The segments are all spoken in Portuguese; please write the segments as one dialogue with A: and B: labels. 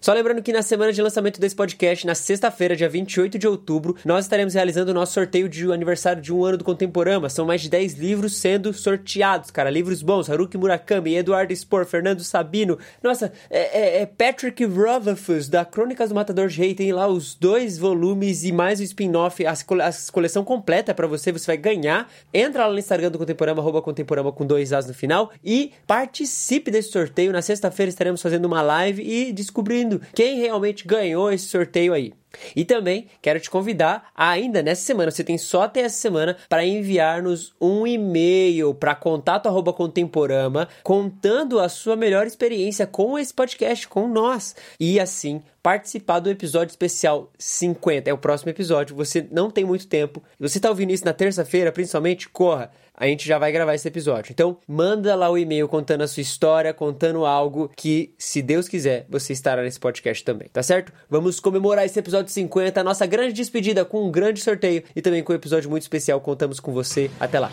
A: Só lembrando que na semana de lançamento desse podcast, na sexta-feira, dia 28 de outubro, nós estaremos realizando o nosso sorteio de aniversário de um ano do Contemporama. São mais de 10 livros sendo sorteados, cara. Livros bons, Haruki Murakami, Eduardo Spohr, Fernando Sabino. Nossa, é, é, é Patrick Rovafus, da Crônicas do Matador de Rei. Tem lá os dois volumes e mais o um spin-off, a cole coleção completa para você. Você vai ganhar. Entra lá no Instagram do Contemporama, arroba Contemporama com dois As no final. E participe desse sorteio. Na sexta-feira estaremos fazendo uma live e descobrindo quem realmente ganhou esse sorteio aí. E também quero te convidar, ainda nessa semana, você tem só até essa semana, para enviar-nos um e-mail para contato@contemporama, contando a sua melhor experiência com esse podcast, com nós. E assim, participar do episódio especial 50. É o próximo episódio, você não tem muito tempo. Você está ouvindo isso na terça-feira, principalmente, corra a gente já vai gravar esse episódio. Então, manda lá o e-mail contando a sua história, contando algo que, se Deus quiser, você estará nesse podcast também, tá certo? Vamos comemorar esse episódio 50, a nossa grande despedida com um grande sorteio e também com um episódio muito especial. Contamos com você. Até lá.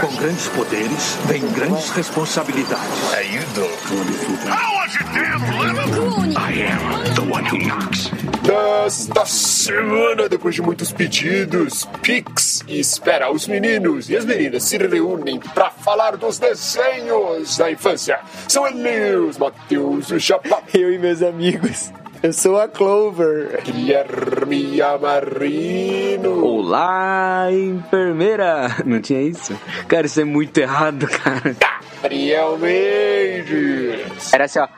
B: Com grandes poderes, vem grandes responsabilidades.
C: How you doing?
D: How was your damn living?
C: I am the one who knocks.
E: Nesta semana, depois de muitos pedidos, Pix espera os meninos e as meninas se reúnem para falar dos desenhos da infância. São eles, Matheus, o Chapa.
A: Eu e meus amigos. Eu sou a Clover.
E: Guilherme Amarino.
F: Olá, enfermeira. Não tinha isso? Cara, isso é muito errado, cara.
E: Gabriel Mendes.
F: Era assim, ó.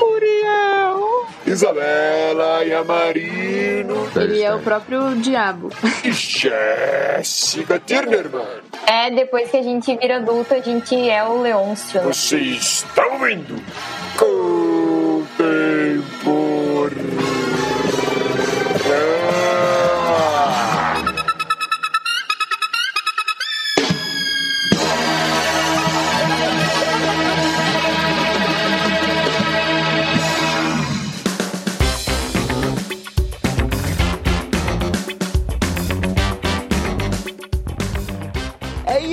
F: Muriel.
E: Isabela Yamarino.
G: Ele é o próprio diabo.
E: E Jéssica Turnerman.
H: É, depois que a gente vira adulto, a gente é o Leôncio. Né?
E: Você está ouvindo? Com...
A: É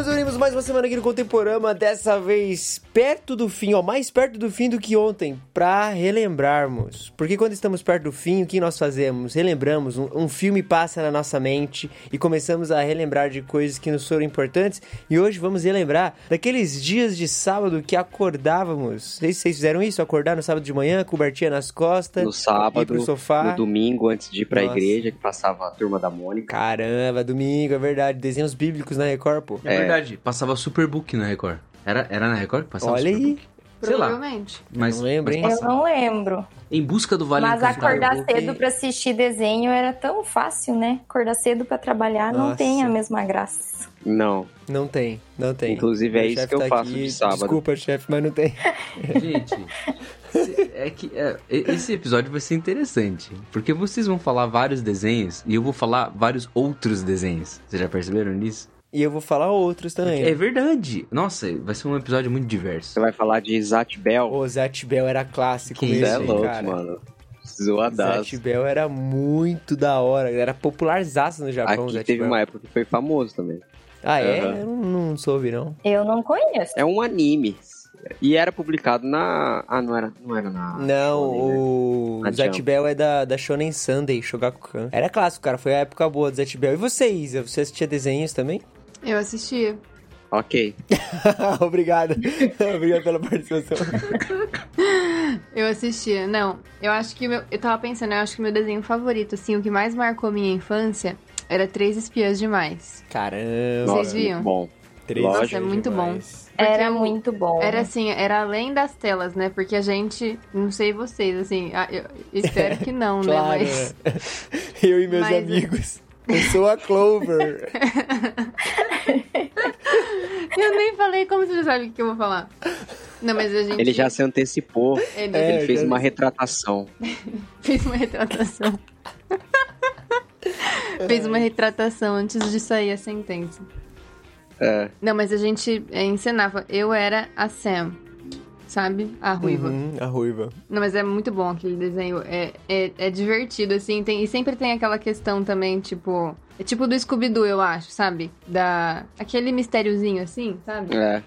A: nos unimos mais uma semana aqui no Contemporama, dessa vez perto do fim, ó, mais perto do fim do que ontem, para relembrarmos. Porque quando estamos perto do fim, o que nós fazemos? Relembramos, um, um, filme passa na nossa mente e começamos a relembrar de coisas que nos foram importantes. E hoje vamos relembrar daqueles dias de sábado que acordávamos. Não se vocês fizeram isso, acordar no sábado de manhã, cobertinha nas costas,
F: no sábado,
A: ir pro sofá.
F: no domingo antes de ir pra nossa. igreja, que passava a turma da Mônica.
A: Caramba, domingo, é verdade, desenhos bíblicos na Record, pô.
I: É, é, verdade, passava Superbook na Record. Era, era na Record que passava
A: Olha
I: Superbook?
A: aí.
I: Sei lá.
A: Mas, não lembro, hein?
H: Eu não lembro.
I: Em busca do Vale
H: Mas acordar cedo para assistir desenho era tão fácil, né? Acordar cedo para trabalhar Nossa. não tem a mesma graça.
F: Não.
A: Não tem, não tem.
F: Inclusive é isso que eu
A: tá
F: faço aqui. de sábado.
A: Desculpa, chefe, mas não tem.
I: Gente, é que é, esse episódio vai ser interessante, porque vocês vão falar vários desenhos e eu vou falar vários outros desenhos. Vocês já perceberam nisso?
A: E eu vou falar outros também.
I: É verdade. Nossa, vai ser um episódio muito diverso.
F: Você vai falar de Zat Bell.
A: O Zat Bell era clássico
F: que
A: mesmo,
F: é louco,
A: cara.
F: mano. Zoadaço.
A: Zat Bell era muito da hora. Era popularzaço no Japão,
F: Aqui
A: Zat
F: teve
A: Bell.
F: uma época que foi famoso também.
A: Ah, é?
F: Aham.
A: Eu não, não soube, não.
H: Eu não conheço.
F: É um anime. E era publicado na... Ah, não era, não era na...
A: Não,
F: Shonen, né?
A: o
F: Na
A: Zat
F: Jump.
A: Bell é da, da Shonen Sunday, Shogakukan. Era clássico, cara. Foi a época boa do Zat Bell. E você, Isa? Você assistia desenhos também?
G: Eu assistia.
F: Ok.
A: Obrigado. Obrigado pela participação.
G: Eu assistia. Não, eu acho que meu, eu tava pensando, eu acho que meu desenho favorito, assim, o que mais marcou minha infância, era Três Espiãs Demais.
A: Caramba.
G: Vocês
F: Nossa,
G: viam?
F: Bom.
A: Três
F: Nossa, é
A: dias
G: muito
A: demais.
G: Porque
H: era
G: eu-
H: é muito bom.
G: Era assim, era além das telas, né? Porque a gente, não sei vocês, assim, a- eu espero que não, né?
A: Claro.
G: Mas
A: Eu e meus
G: Mas- é
A: amigos. Eu sou a Clover.
G: eu nem falei como você já sabe o que eu vou falar. Não, mas a gente
F: Ele já se antecipou.
G: ele
A: É,
F: ele fez
A: já-
F: uma retratação.
G: fez uma retratação. fez uma retratação antes de sair a sentença.
F: É.
G: Não, mas a gente é, encenava. Eu era a Sam. sabe? A ruiva.
A: Uhum, a ruiva.
G: Não, mas é muito bom aquele desenho. É, é, é divertido, assim. Tem, e sempre tem aquela questão também, tipo. É tipo do Scooby-Doo, eu acho, sabe? Da. Aquele mistériozinho assim, sabe?
J: É.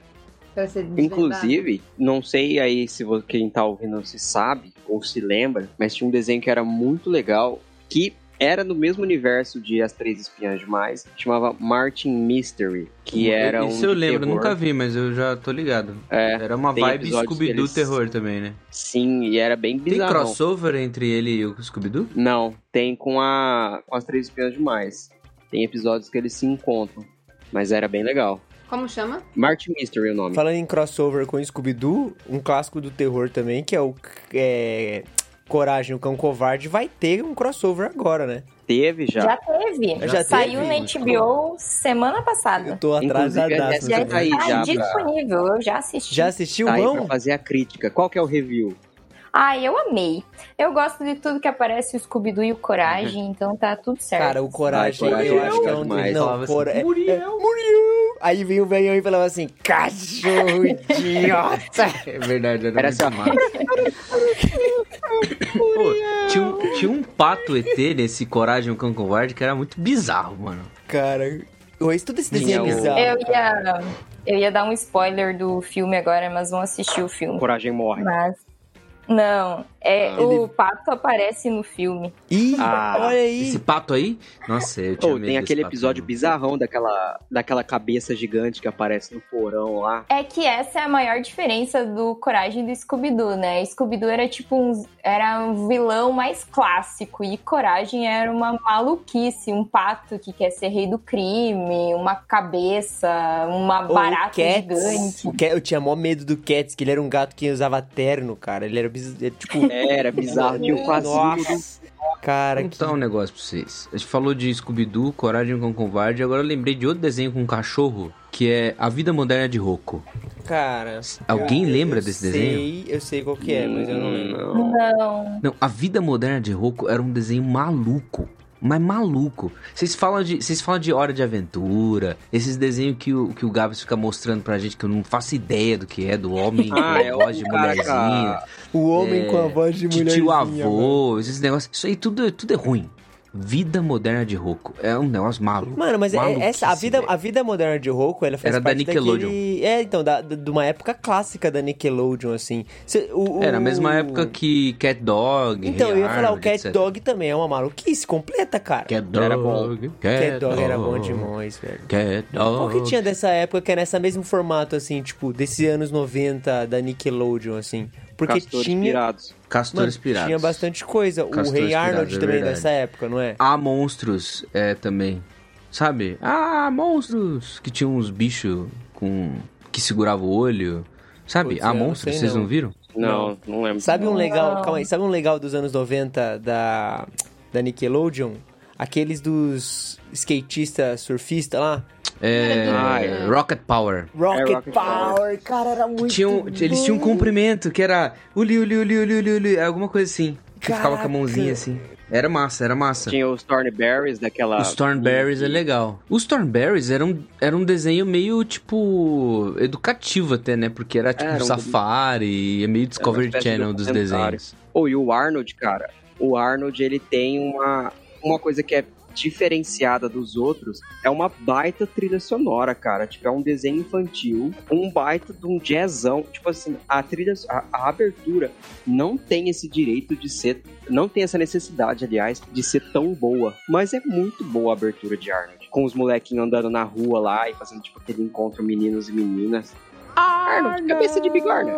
G: Pra ser desvendado.
J: Inclusive, não sei aí se vo- quem tá ouvindo se sabe ou se lembra, mas tinha um desenho que era muito legal, que era no mesmo universo de As Três Espiãs Demais, chamava Martin Mystery, que era um
I: Hum, Isso eu
J: de
I: lembro,
J: terror.
I: nunca vi, mas eu já tô ligado.
J: É,
I: Era uma
J: tem
I: vibe
J: episódios
I: Scooby-Doo
J: deles-
I: terror também, né?
J: sim, e era bem
I: Tem
J: bizarro.
I: crossover entre ele e o Scooby-Doo?
J: Não, tem com, a, com As Três Espiãs Demais. Tem episódios que eles se encontram, mas era bem legal.
G: Como chama?
J: Martin Mystery é o nome.
A: Falando em crossover com Scooby-Doo, um clássico do terror também, que é o é, Coragem, o Cão Covarde, vai ter um crossover agora, né?
J: Teve já.
H: Já teve.
A: Eu já
H: Saiu
A: teve,
H: na
A: muito
H: HBO semana
A: Eu
H: passada.
A: tô
J: Inclusive,
A: atrasadaço.
J: essa
H: Já
A: nessa
J: tá aí,
A: coisa.
H: está
J: já,
H: disponível, eu já assisti.
A: Já assistiu,
J: Tá aí pra
A: bom?
J: fazer a crítica. Qual que é o review?
H: Ah, eu amei. Eu gosto de tudo que aparece o Scooby-Doo e o Coragem, então tá tudo certo.
A: Cara, o Coragem,
J: Ai, Coragem
A: eu acho que é um...
J: demais.
A: Não,
I: Falava assim,
A: cora... é-
I: Muriel.
A: é- Muriel! Aí vem o velhão e falava assim, cachorro idiota!
I: É verdade, era,
J: Era
I: muito
J: só-
I: massa. Pô, tinha, um, tinha um pato ET nesse Coragem, o Cão Covarde, que era muito bizarro, mano.
A: Cara, mas todo esse desenho
J: Tinha
A: é
J: o-
A: bizarro.
H: Eu ia, eu ia dar um spoiler do filme agora, mas vão assistir o filme.
J: Coragem morre.
H: Mas. Não, é, o pato aparece no filme.
A: Ih,
J: Ah,
A: olha aí!
I: Esse pato aí? Nossa, eu tinha
J: Ou
I: medo
J: tem
I: desse né?
J: aquele
I: pato,
J: episódio
I: mano.
J: bizarrão daquela, daquela cabeça gigante que aparece no porão lá.
H: É que essa é a maior diferença do Coragem e do Scooby-Doo, né? Scooby-Doo era tipo um, era um vilão mais clássico e Coragem era uma maluquice, um pato que quer ser rei do crime, uma cabeça, uma
A: Ou
H: barata
A: o Cats.
H: gigante.
A: O Cat, eu tinha mó medo do Cats, que ele era um gato que usava terno, cara. Ele era, biz- é, tipo...
J: É, Era bizarro, tinha um quase.
A: Nossa! Cara, que...
I: Vou contar um negócio pra vocês. A gente falou de Scooby-Doo, Coragem com Covarde, agora eu lembrei de outro desenho com um cachorro, que é A Vida Moderna de Rocco.
A: Cara...
I: Alguém
A: eu-
I: lembra
A: eu
I: desse
A: sei,
I: desenho?
A: Eu sei qual que é, mas eu não lembro.
H: Não,
I: Não, A Vida Moderna de Rocco era um desenho maluco. Mas maluco. Vocês falam de, vocês falam de Hora de Aventura, esses desenhos que o, que o Gabs fica mostrando pra gente, que eu não faço ideia do que é, do homem com
J: Ah, é
I: a voz
J: o
I: de
J: cara com a-
I: mulherzinha.
A: O um homem
I: É,
A: com a voz de mulher.
I: Tio avô, esses negócios. Isso aí tudo, tudo é ruim. Vida moderna de Roku. É um negócio maluco.
A: Mano, mas é-
I: Maluquice,
A: essa, a, vida,
I: velho.
A: a vida moderna de Roku, ela faz
I: Era da
A: parte
I: Nickelodeon.
A: daquele... É, então, da, da- de uma época clássica da Nickelodeon, assim. Cê- o- o-
I: Era a mesma época que Cat Dog.
A: Então, eu ia falar, o
I: Rearmed,
A: Cat
I: etc.
A: Dog também é uma maluquice completa, cara.
I: Cat Dog.
J: Era bom.
A: Cat Dog era bom demais, velho.
I: Cat Dog.
A: Qual que tinha dessa época que era nessa mesmo formato, assim, tipo, desses anos 90 da Nickelodeon, assim? Porque
J: Castores
A: tinha.
J: pirados.
I: Castores
A: Mano,
I: Piratas.
A: tinha bastante coisa. o
I: Castores
A: Rei
I: Piratas,
A: Arnold
I: é
A: também
I: verdade.
A: nessa época, não é?
I: Ah, monstros é também. Sabe? Ah, monstros! Que tinha uns bichos com. que segurava o olho. Sabe?
A: Putz,
I: ah,
A: eu não
I: monstros,
A: sei
I: vocês não,
A: não.
I: viram?
J: Não, não lembro.
A: Sabe um legal,
H: Não.
A: calma aí, sabe um legal dos anos 90 da, da Nickelodeon? Aqueles dos skatistas surfistas lá.
I: É.
J: Ah, é.
I: Rocket Power.
A: Rocket,
J: Rocket
A: Power,
J: Power.
A: cara, era muito
I: Tinham, eles tinham um cumprimento que era uli, uli, uli, uli, uli, uli, alguma coisa assim. Que ficava com
A: Caraca.
I: a mãozinha assim. Era massa, era massa.
J: Tinha os Thornberries daquela.
I: Os Thornberries é legal. Os Thornberries era um, era um desenho meio, tipo, educativo até, né? Porque era, tipo,
J: Era um-
I: Safari, é meio Discovery
J: espécie de
I: Channel dos
J: documentário.
I: desenhos.
J: Ou e o Arnold, cara. O Arnold, ele tem uma, uma coisa que é diferenciada dos outros. É uma baita trilha sonora, cara. Tipo, é um desenho infantil, um baita de um jazzão. Tipo assim, a trilha, a, a abertura não tem esse direito de ser, não tem essa necessidade, aliás, de ser tão boa. Mas é muito boa a abertura de Arnold. Com os molequinhos andando na rua lá e fazendo, tipo, aquele encontro meninos e meninas. Arnold, cabeça de bigorna.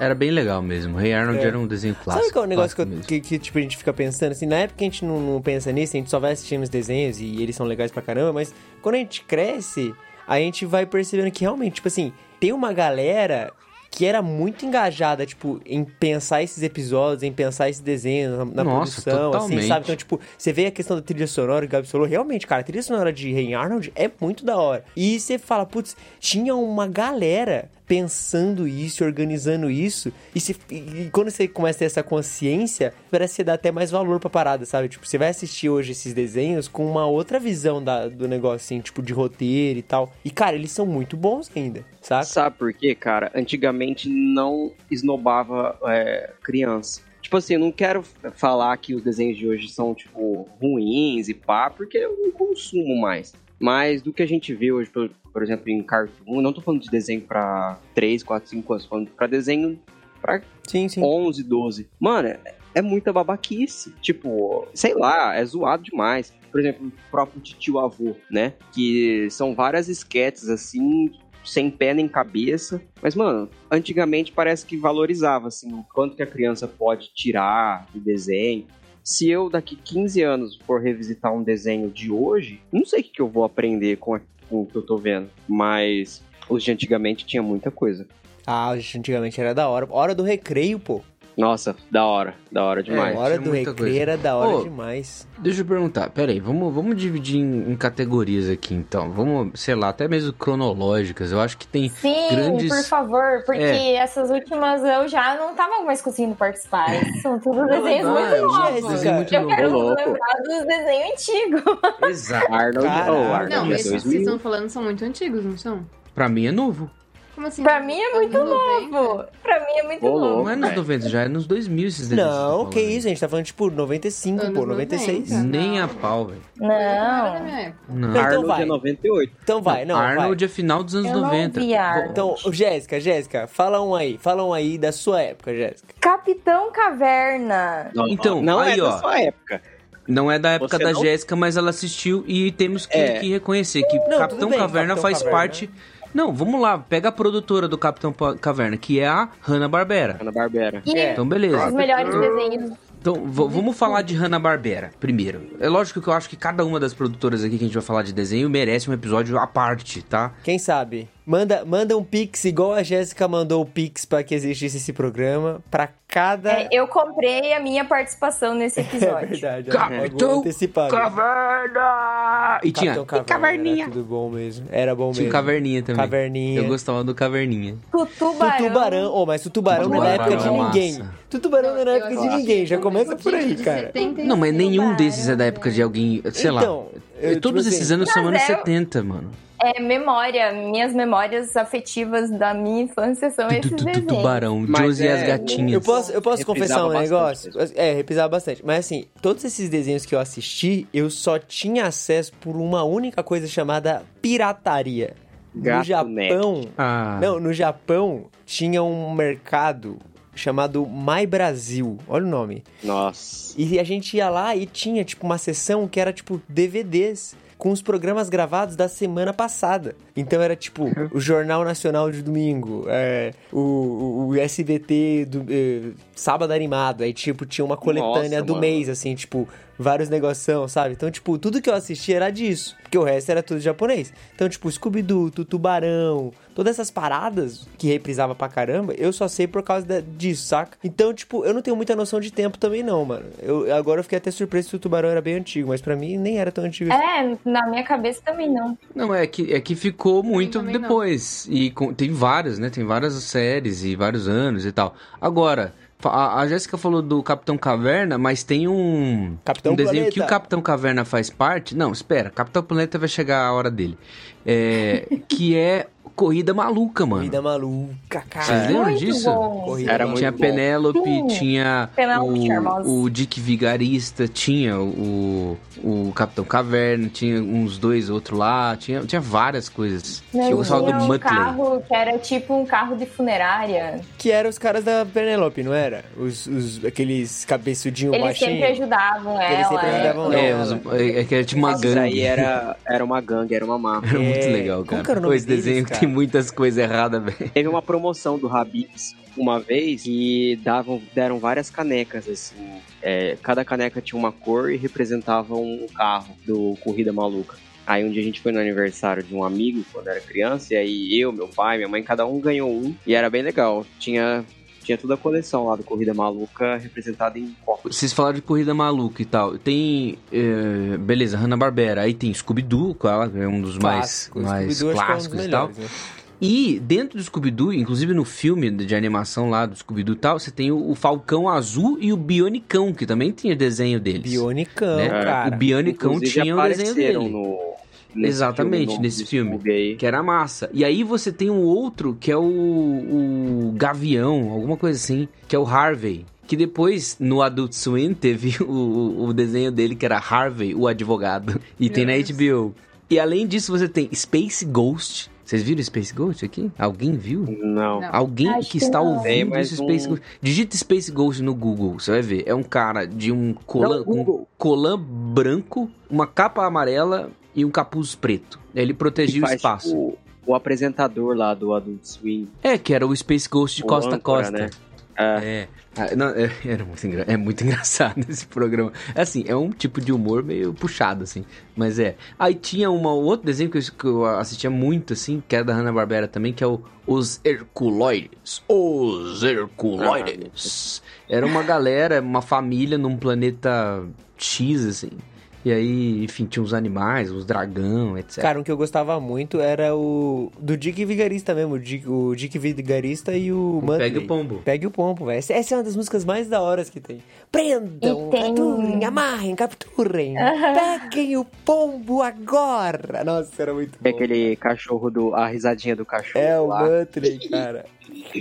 I: Era bem legal mesmo. Rei Arnold
A: É.
I: era um desenho clássico.
A: Sabe qual é o negócio que,
I: clássico
A: eu-
I: mesmo.
A: que- que, tipo, a gente fica pensando? Assim, na época que a gente não, não pensa nisso, a gente só vai assistindo os desenhos e eles são legais pra caramba, mas quando a gente cresce, a gente vai percebendo que realmente, tipo assim, tem uma galera que era muito engajada, tipo, em pensar esses episódios, em pensar esses desenhos na, na
I: Nossa,
A: produção, assim,
I: totalmente.
A: sabe? Então, tipo, você vê a questão da trilha sonora que o Gabi falou, realmente, cara, a trilha sonora de Rei Arnold é muito da hora. E você fala, putz, tinha uma galera pensando isso, organizando isso. E, se, e- e quando você começa a ter essa consciência, parece que você dá até mais valor pra parada, sabe? Tipo, você vai assistir hoje esses desenhos com uma outra visão da- do negócio, assim, tipo, de roteiro e tal. E, cara, eles são muito bons ainda, saca?
J: Sabe por quê, cara? Antigamente não esnobava é, criança. Tipo assim, eu não quero falar que os desenhos de hoje são, tipo, ruins e pá, porque eu não consumo mais. Mas do que a gente vê hoje, por, por exemplo, em cartoon, não tô falando de desenho pra 3, 4, 5 anos, tô falando pra desenho pra
A: Sim, sim.
J: 11, 12. Mano, é- é muita babaquice. Tipo, sei lá, é zoado demais. Por exemplo, o próprio tio avô, né? Que são várias esquetes assim, sem pé nem cabeça. Mas, mano, antigamente parece que valorizava, assim, o quanto que a criança pode tirar do desenho. Se eu daqui 15 anos for revisitar um desenho de hoje, não sei o que que eu vou aprender com, a- com o que eu tô vendo. Mas os de antigamente tinha muita coisa.
A: Ah, gente, antigamente era da hora. Hora do recreio, pô.
J: Nossa, da hora, da hora demais.
A: hora
I: tinha
A: do
I: muita
A: recreio
I: coisa.
A: era da hora
I: Ô,
A: demais.
I: Deixa eu perguntar, peraí, vamos, vamos dividir em, em categorias aqui então. Vamos, sei lá, até mesmo cronológicas. Eu acho que tem
H: Sim,
I: grandes.
H: por favor, porque
I: É.
H: essas últimas eu já não tava mais conseguindo participar. São todos desenhos
I: É. não,
H: muito
I: é um
H: novos.
I: desenho muito
H: eu
I: novo.
H: quero
J: Ô, louco.
H: lembrar dos desenhos antigos.
I: Exato.
J: Arnold,
A: Caralho.
J: oh, Arnold
G: Não,
J: é
G: esses que
J: 2000.
G: vocês estão falando são muito antigos, não são?
I: Pra mim é novo.
G: Como assim?
H: Pra mim
I: Tá
H: é muito
G: Anos 90?
H: novo. Pra mim é muito
J: Ô,
H: novo.
I: Não é nos
J: É.
I: 90, já é nos 2000 esses desenhos. que eu tô
A: Não, que
I: falando.
A: isso, a gente tá falando, tipo, 95, pô,
G: Anos
A: 96.
G: 90.
I: Nem a pau, velho.
G: Não era na
H: Não.
G: minha época.
I: Não.
A: Então
J: Arnold
A: vai.
J: é 98.
A: Então vai, não, vai.
I: Arnold é final dos anos
H: Eu não
I: 90.
H: vi Arnold.
A: Então, ô, Jéssica, Jéssica, fala um aí, fala um aí da sua época, Jéssica.
H: Capitão Caverna.
J: Não,
I: Então,
J: não
I: aí,
J: é
I: ó.
J: da sua época.
I: Não é da época
J: Você
I: da
J: não-
I: Jéssica, mas ela assistiu e temos que,
J: É.
I: que reconhecer que
A: tudo
I: Capitão
A: bem,
I: Caverna
A: Capitão
I: faz
A: Caverna.
I: parte. Não, vamos lá, pega a produtora do Capitão Pa- Caverna, que é a Hanna-Barbera.
J: Ana Barbera.
H: E
A: É.
I: Então, beleza.
H: os melhores desenhos.
I: Então, v- vamos falar de Hanna-Barbera primeiro. É lógico que eu acho que cada uma das produtoras aqui que a gente vai falar de desenho merece um episódio à parte, tá?
A: Quem sabe? Manda, manda um pix, igual a Jéssica mandou o pix pra que existisse esse programa, pra cada...
H: É, eu comprei a minha participação nesse
A: É
H: episódio.
A: verdade, ela pagou
I: Capitão
A: antecipado.
I: Caverna! E tinha,
A: Capitão Caverninha. Era tudo bom mesmo, era bom
I: tinha o
A: mesmo.
I: Caverninha também.
A: Caverninha.
I: Eu gostava do Caverninha.
H: O
A: Do
H: tubarão.
A: tubarão, oh, mas o tubarão não é
I: Tubarão
A: época de
I: é massa.
A: ninguém. O tubarão não é
G: Eu
A: época de
G: assisti
A: ninguém, já
G: um
A: começa por aí,
G: vídeo de
A: cara.
G: 70 e
I: Não, mas nenhum
H: Silvara,
I: desses é da época
G: né?
I: de alguém, sei
A: Então,
I: lá.
A: eu,
I: Todos
A: tipo assim,
I: esses anos são
H: Mas
I: anos
H: é-
I: 70, mano.
H: É memória, minhas memórias afetivas da minha infância são
G: É
I: Tu,
H: esses
I: tu, tu,
H: desenhos.
I: Tubarão,
J: Mas
I: Josie e
J: é-
I: as gatinhas.
A: Eu posso, eu posso
J: Repisava
A: confessar um
J: bastante
A: negócio? É, repisava bastante. Mas assim, todos esses desenhos que eu assisti, eu só tinha acesso por uma única coisa chamada pirataria. no
J: Gato
A: Japão.
I: Ah,
A: Não, no Japão tinha um mercado chamado My Brasil. Olha o nome.
J: Nossa.
A: E a gente ia lá e tinha, tipo, uma sessão que era, tipo, DVDs com os programas gravados da semana passada. Então era, tipo, o Jornal Nacional de Domingo, é, o, o, o SBT do é, Sábado Animado. Aí, tipo, tinha uma coletânea
J: Nossa,
A: do
J: mano.
A: mês, assim, tipo, vários negoção, sabe? Então, tipo, tudo que eu assisti era disso. Porque o resto era tudo japonês. Então, tipo, Scooby-Doo, Tu- Tubarão, todas essas paradas que reprisava pra caramba, eu só sei por causa da- disso, saca? Então, tipo, eu não tenho muita noção de tempo também não, mano. Eu, agora eu fiquei até surpreso se o Tubarão era bem antigo, mas pra mim nem era tão antigo assim.
H: É, na minha cabeça também não.
I: não, é que, é que ficou muito
G: também não.
I: depois. E com- tem várias, né? Tem várias séries e vários anos e tal. Agora, fa- a, a Jéssica falou do Capitão Caverna, mas tem um.
A: Capitão
I: um desenho
A: Planeta.
I: que o Capitão Caverna faz parte. Não, espera, Capitão Planeta vai chegar a hora dele. É, que é Corrida Maluca, mano.
A: Vida maluca, cara.
I: Vocês lembram
H: Muito
I: disso?
H: bom.
A: Corrida
J: Era
A: maluca.
I: tinha a
J: muito bom.
I: Penélope,
H: Sim.
I: tinha
H: Penélope Charmosa.
I: o, o Dick Vigarista, tinha o, o Capitão Caverna, tinha uns dois, outro lá, tinha, tinha várias coisas.
H: Não,
I: eu gostava do
H: tinha um
I: Muttley.
H: carro que era tipo um carro de funerária.
A: Que eram os caras da Penelope, não era? Os, os- aqueles cabeçudinho
H: Eles
A: baixinho.
H: sempre ajudavam ela.
A: Eles sempre
H: é.
A: ajudavam
I: É,
A: ela.
I: os- é, é que era tipo uma
J: Isso aí
I: gangue.
J: era, era uma gangue, era uma máfia.
I: Era muito
A: É,
I: legal,
A: como
I: cara.
A: que era o nome
I: Pô, Esse
A: deles,
I: desenho
A: cara?
I: tem muitas coisas erradas, velho.
J: Teve uma promoção do Habibs uma vez e davam, deram várias canecas, assim. É, cada caneca tinha uma cor e representava um carro do Corrida Maluca. Aí um dia a gente foi no aniversário de um amigo quando era criança, e aí eu, meu pai, minha mãe, cada um ganhou um. E era bem legal. Tinha, tinha toda a coleção lá do Corrida Maluca representada em copo.
I: Vocês falaram de corrida maluca e tal. Tem. é, beleza, Hanna-Barbera. Aí tem Scooby-Doo, claro, que é um dos mais,
A: Clássicos.
I: mais
A: Scooby-Doo acho que é um dos
I: clássicos e tal.
A: melhores, né?
I: E dentro do Scooby-Doo, inclusive no filme de animação lá do Scooby-Doo e tal, você tem o, o Falcão Azul e o Bionicão, que também tinha desenho deles.
A: Bionicão,
I: né?
A: cara.
I: O Bionicão
J: Inclusive,
I: tinha o desenho
J: apareceram
I: dele.
J: No,
I: Exatamente,
J: novo
I: nesse
J: do
I: filme.
J: Scooby aí.
I: Que era massa. E aí você tem um outro que é o, o Gavião, alguma coisa assim, que é o Harvey. Que depois, no Adult Swim, teve o- o, o desenho dele que era Harvey, o advogado. E tem na
G: Deus.
I: HBO. E além disso, você tem Space Ghost. Vocês viram Space Ghost aqui? Alguém viu?
J: Não.
G: Não.
I: Alguém
H: Acho
I: que
H: que
I: está
H: não.
J: Tem
I: ouvindo
J: mais
I: esse Space
J: um.
I: Ghost. Digita Space Ghost no Google, você vai ver. É um cara de um colã,
J: Não,
I: com
J: Google.
I: colã branco, uma capa amarela e um capuz preto. Ele protegia o
J: Faz,
I: espaço.
J: tipo, o apresentador lá do Adult Swim.
I: É, que era o Space Ghost de
J: o
I: Costa a
J: âncora,
I: Costa.
J: Né?
I: É. Ah, não, é, era muito engra- é muito engraçado esse programa. É Assim, é um tipo de humor meio puxado, assim. Mas é. Aí tinha uma, um outro desenho que eu, que eu assistia muito, assim, que era da Hanna-Barbera também, que é o Os Herculoides. Os Herculoides.
J: Ah.
I: Era uma galera, uma família num planeta X, assim. E aí, enfim, tinha uns animais, uns dragão, etc.
A: Cara, um que eu gostava muito era o do Dick Vigarista mesmo, o Dick, o Dick Vigarista e o, Mantley.
I: Pega o pombo.
A: Pegue o pombo, velho. Essa- Essa é uma das músicas mais da horas que tem. Prendam,
H: E tem- um-
A: capturem, amarrem, capturem. Peguem o pombo agora. Nossa, era muito bom.
J: É aquele cachorro do. A risadinha do cachorro.
A: É o
J: lá.
A: Mantley, cara.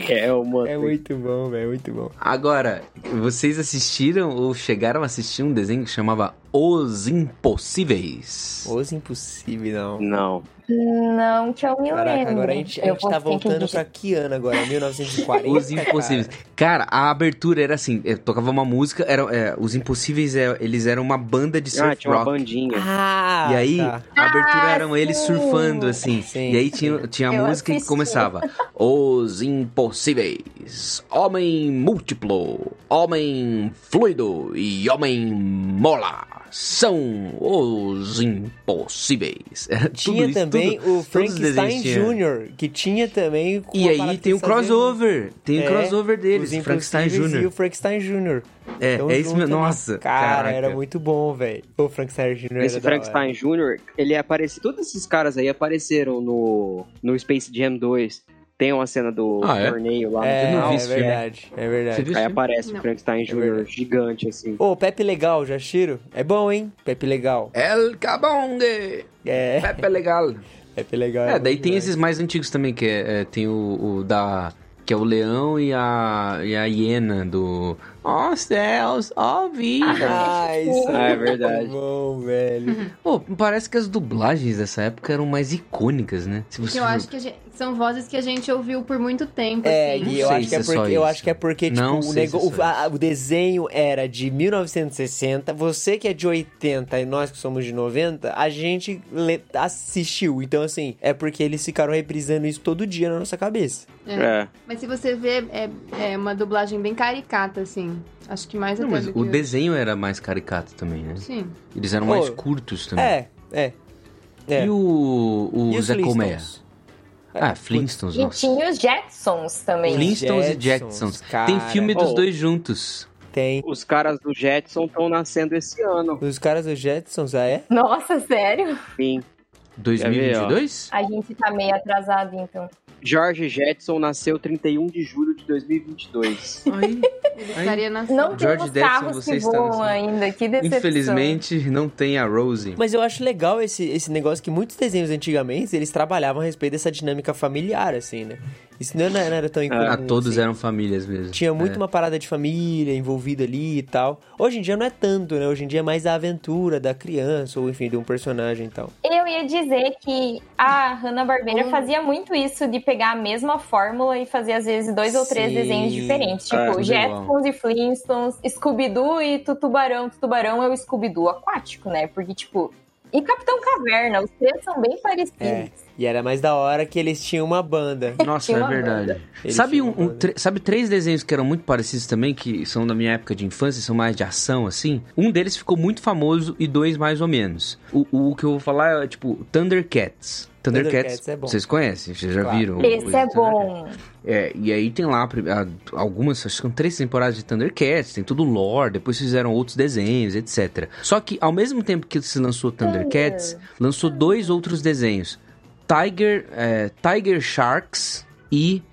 J: É o mano.
A: É muito bom, velho, muito bom.
I: Agora, vocês assistiram ou chegaram a assistir um desenho que chamava Os Impossíveis?
A: Os impossíveis, não.
J: Não.
H: Não, que eu me
A: Caraca,
H: lembro.
A: agora a gente, a
H: Eu
A: gente tá
H: vou ter que
A: voltando
H: digitar.
A: pra que ano agora? É 1940,
I: Os Impossíveis. Cara. a abertura era assim, eu tocava uma música, era, é, Os Impossíveis, é, eles eram uma banda de surf
J: Ah, tinha uma
I: rock.
J: bandinha.
A: Cara. Ah,
I: E aí,
A: tá.
I: a abertura
H: Ah,
I: eram eles
H: sim.
I: surfando, assim.
A: Sim,
I: e aí tinha, tinha a
H: Eu
I: música que
H: assisti.
I: começava. Os Impossíveis. Homem múltiplo. Homem fluido. E homem mola. São os impossíveis. Era
A: Tinha
I: tudo isso,
A: também
I: tudo-
A: o
I: todos os
A: Frankenstein
I: desenhos tinha.
A: Jr., que tinha também... com
I: E
A: uma parada
I: aí
A: que
I: tem o
A: eles faziam
I: crossover.
A: É,
I: Tem o crossover deles.
A: os
I: Frankenstein
A: Impossíveis E o
I: Jr.
A: Frankenstein Jr.
I: É,
A: Tão
I: é isso
A: junto
I: mesmo.
A: ali.
I: Nossa.
A: Cara,
I: caraca.
A: era muito bom, velho. O Frankenstein Jr.
J: Esse
A: era da hora.
J: Frankenstein Jr., ele aparece. Todos esses caras aí apareceram no, no Space Jam 2. Tem uma cena do
I: Ah, é?
J: torneio lá
A: É,
I: Eu
J: no final.
I: não vi
A: é
I: esse filme.
A: verdade, é
I: Você
A: verdade.
I: viu
J: Aí
I: isso?
J: aparece
G: Não.
J: o Frankenstein Jr.
A: verdade.
J: gigante, assim.
A: Ô, Pepe Legal, já tiro? É bom, hein? Pepe Legal.
I: El Cabongue.
A: É,
I: Pepe legal.
A: Pepe Legal.
I: É, daí
A: bom
I: tem
A: demais.
I: esses mais antigos também, que é, é, tem o, o da. Que é o leão e a, e a hiena do. Ó céus, ó vida.
A: Ah, isso
J: Ah, é
A: muito
J: verdade.
A: bom, velho.
I: Pô, parece que as dublagens dessa época eram mais icônicas, né? Se
G: Que
I: você
G: eu acho que a gente- são vozes que a gente ouviu por muito tempo,
A: É,
G: assim.
A: e eu acho,
I: sei
A: que
I: se
A: é
I: é só
A: porque, eu
I: isso.
A: acho que é porque, tipo,
I: Não
A: o,
I: sei
A: nego-
I: se é só
A: o- a- o desenho era de 1960, você que é de 80 e nós que somos de 90, a gente le- assistiu. Então, assim, é porque eles ficaram reprisando isso todo dia na nossa cabeça.
J: É.
G: Mas se você vê, é, é uma dublagem bem caricata, assim. Acho que mais
I: Não,
G: até
I: mas
G: do
I: o
G: que-
I: desenho era mais caricato também, né?
G: Sim.
I: Eles eram
A: Pô,
I: mais curtos também.
A: É, é. é.
I: E o, o
A: E os
I: Zé Colmeia?
A: Flintstones? É,
I: Ah, Flintstones,
H: E
I: nossa.
H: tinha os Jacksons também.
A: Flint-
I: Flintstones e
A: Jetsons,
I: Jetsons.
A: cara.
I: Tem filme dos
J: Oh.
I: dois juntos.
A: Tem.
J: Os caras do Jetson estão nascendo esse ano.
A: Os caras do Jetsons, ah, é?
H: Nossa, sério?
J: Sim.
I: 2022?
H: A gente tá meio atrasado, então.
J: George Jetson nasceu 31 de julho de 2022.
I: Aí,
G: Ele
I: Aí-
G: estaria na
H: Não
I: George
H: temos
I: Jetson,
H: carros
I: você
H: que
I: está
H: voam
I: no-
A: assim.
H: ainda, que decepção.
I: infelizmente, não tem a Rosie.
A: Mas eu acho legal esse, esse negócio que muitos desenhos antigamente, eles trabalhavam a respeito dessa dinâmica familiar, assim, né? Isso não, não era tão incomum.
I: Ah, todos
A: assim.
I: eram famílias mesmo.
A: Tinha muito
I: É.
A: uma parada de família envolvida ali e tal. Hoje em dia não é tanto, né? Hoje em dia é mais a aventura da criança, ou enfim, de um personagem e tal.
H: Eu ia dizer que a Hanna-Barbera
G: Hum.
H: fazia muito isso de pegar a mesma fórmula e fazer, às vezes, dois ou três
A: Sim.
H: desenhos diferentes.
J: É,
H: Tipo,
I: tudo
H: Jetsons e Flintstones, Scooby-Doo e Tutubarão. Tutubarão é o Scooby-Doo aquático, né? Porque, tipo... E Capitão Caverna, os três são bem
A: É.
H: parecidos.
A: E era mais da hora que eles tinham uma banda.
I: Nossa,
H: Tinha
I: é
H: uma
I: verdade.
A: Eles
I: Sabe,
A: tinham
I: um,
A: uma
I: um
A: banda.
I: tre- sabe três desenhos que eram muito parecidos também, que são da minha época de infância, são mais de ação, assim? Um deles ficou muito famoso e dois mais ou menos. O, o que eu vou falar é, tipo, Thundercats. Thundercats,
A: Thundercats é bom.
I: vocês conhecem, vocês já
A: Claro.
I: viram.
H: Esse
I: coisa
H: é
I: do Thundercats?
H: bom.
I: É, e aí tem lá a prim- a- algumas, acho que são três temporadas de Thundercats, tem todo o lore, depois fizeram outros desenhos, etc. Só que ao mesmo tempo que se lançou Thundercats, lançou dois outros desenhos. Tiger, é, Tiger Sharks e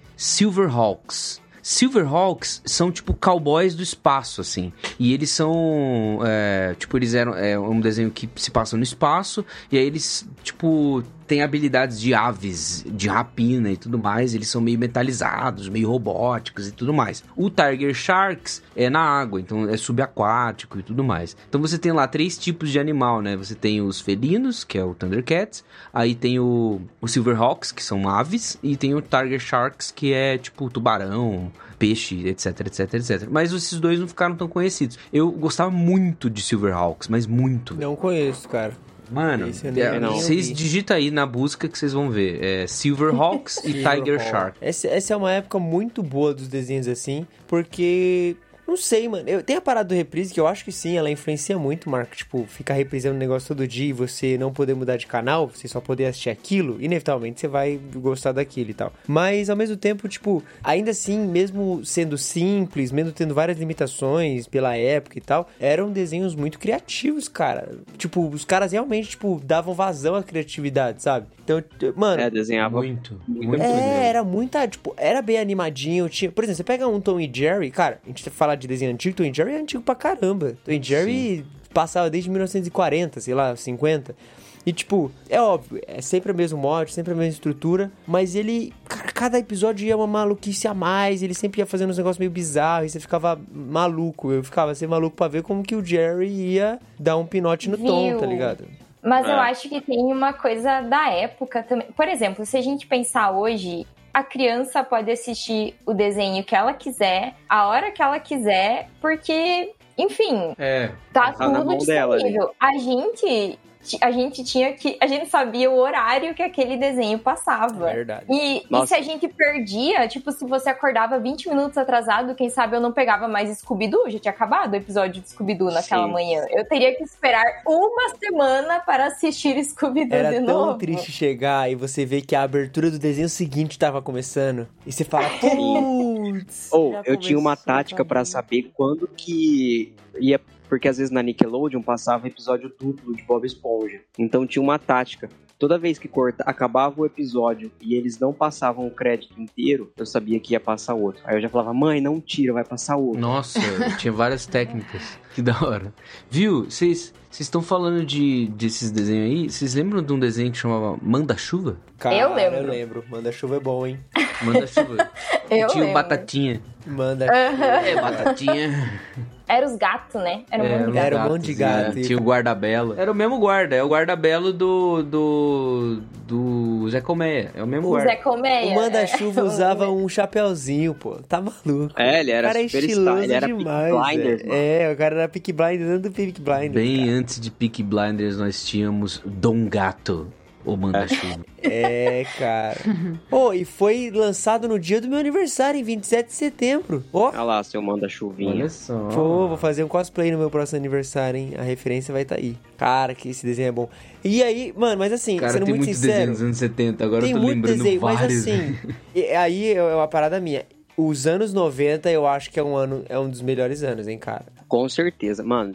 I: Silverhawks. Silverhawks são tipo cowboys do espaço, assim. E eles são. é, tipo, eles eram. É um desenho que se passa no espaço. E aí eles, tipo, têm habilidades de aves, de rapina e tudo mais. Eles são meio metalizados, meio robóticos e tudo mais. O Tiger Sharks é na água, então é subaquático e tudo mais. Então você tem lá três tipos de animal, né? Você tem os felinos, que é o Thundercats. Aí tem o, o Silverhawks, que são aves. E tem o Tiger Sharks, que é tipo tubarão, peixe, etc, etc, etc. Mas esses dois não ficaram tão conhecidos. Eu gostava muito de Silverhawks, mas muito.
A: Não conheço, cara.
I: Mano,
A: Esse eu nem-
I: é,
A: eu nem
I: vocês
A: ouvi.
I: digita aí na busca que vocês vão ver. É Silverhawks e Tiger Shark.
A: Essa, essa é uma época muito boa dos desenhos assim, porque. Não sei, mano. Eu, tem a parada do reprise que eu acho que sim, ela influencia muito, Marco. Tipo, ficar reprisando o negócio todo dia e você não poder mudar de canal, você só poder assistir aquilo, inevitavelmente você vai gostar daquilo e tal. Mas ao mesmo tempo, tipo, ainda assim, mesmo sendo simples, mesmo tendo várias limitações pela época e tal, eram desenhos muito criativos, cara. Tipo, os caras realmente, tipo, davam vazão à criatividade, sabe? Então, t- mano,
J: É, desenhava
I: Muito, muito
A: é,
I: mesmo.
A: era muita, tipo, era bem animadinho. Tinha, por exemplo, você pega um Tom e Jerry, cara, a gente falar de desenho antigo, Tom e Jerry é antigo pra caramba. Tom e Jerry passava desde 1940, sei lá, 50. E, tipo, é óbvio, é sempre o mesmo mod, sempre a mesma estrutura, mas ele. Cara, cada episódio ia uma maluquice a mais, ele sempre ia fazendo uns negócios meio bizarros, e você ficava maluco. Eu ficava assim, maluco pra ver como que o Jerry ia dar um pinote no Tom,
H: Viu?
A: tá ligado?
H: Mas eu
J: É.
H: acho que tem uma coisa da época também. Por exemplo, se a gente pensar hoje, a criança pode assistir o desenho que ela quiser, a hora que ela quiser, porque, enfim,
I: É,
H: tá
J: Tá na mão
H: tudo
J: dela,
H: disponível. A gente a gente tinha que a gente sabia o horário que aquele desenho passava.
A: Verdade.
H: E, e
J: Nossa.
H: se a gente perdia, tipo, se você acordava 20 minutos atrasado, quem sabe eu não pegava mais Scooby-Doo, já tinha acabado o episódio de Scooby-Doo naquela
J: Sim.
H: manhã. Eu teria que esperar uma semana para assistir Scooby-Doo
A: Era
H: É de
A: tão
H: novo.
A: triste chegar e você ver que a abertura do desenho seguinte tava começando. E você fala, putz.
J: Ou
A: já
J: eu tinha uma
A: começou,
J: tática pra
A: acabou."
J: saber quando que ia. Porque às vezes na Nickelodeon passava episódio duplo de Bob Esponja. Então tinha uma tática. Toda vez que corta, acabava o episódio e eles não passavam o crédito inteiro, eu sabia que ia passar outro. Aí eu já falava, mãe, não tira, vai passar outro.
I: Nossa, tinha várias técnicas. Que da hora. Viu? Vocês estão falando de, desses desenhos aí? Vocês lembram de um desenho que chamava Manda-Chuva?
A: Cara,
H: Eu lembro.
A: Eu lembro. Manda chuva é bom, hein?
I: Manda-Chuva.
H: Eu
I: tinha o
H: lembro.
I: Batatinha.
A: Manda.
I: É, Batatinha.
H: Era os gatos, né? Era um
I: É,
H: monte de
I: uns
H: gato.
A: Era um monte de
I: gatos,
A: gato,
I: é.
A: e-
I: Tinha o guarda-belo. Era o mesmo guarda. É o guarda-belo do, do, do Zé Colmeia. É o mesmo
H: O
I: guarda.
H: Zé Colmeia.
A: O manda-chuva usava um chapéuzinho, pô. Tá maluco.
J: É, ele era
A: o cara é
J: super
A: estiloso
J: style, ele era
A: demais.
J: Peaky Blinders,
A: velho.
J: mano.
A: é. o cara era pick blinders, dando pick blinders.
I: Bem
A: cara.
I: antes de Peak Blinders, nós tínhamos Dom Gato, o Manda-Chuva.
A: É, cara. Pô, e foi lançado no dia do meu aniversário, em 27 de setembro. Ó,
J: Olha lá, seu manda chuvinha.
I: Olha só.
A: Pô, vou fazer um cosplay no meu próximo aniversário, hein? A referência vai estar tá aí. Cara, que esse desenho é bom. E aí, mano, mas assim,
I: Cara,
A: sendo
I: tem
A: muito
I: muito desenho
A: sincero,
I: dos anos 70. Agora
A: tem
I: eu tô
A: muito
I: lembrando
A: desenho,
I: vários.
A: mas assim, e- aí é uma parada minha. Os anos 90 eu acho que é um ano, é um dos melhores anos, hein, cara.
J: Com certeza, mano.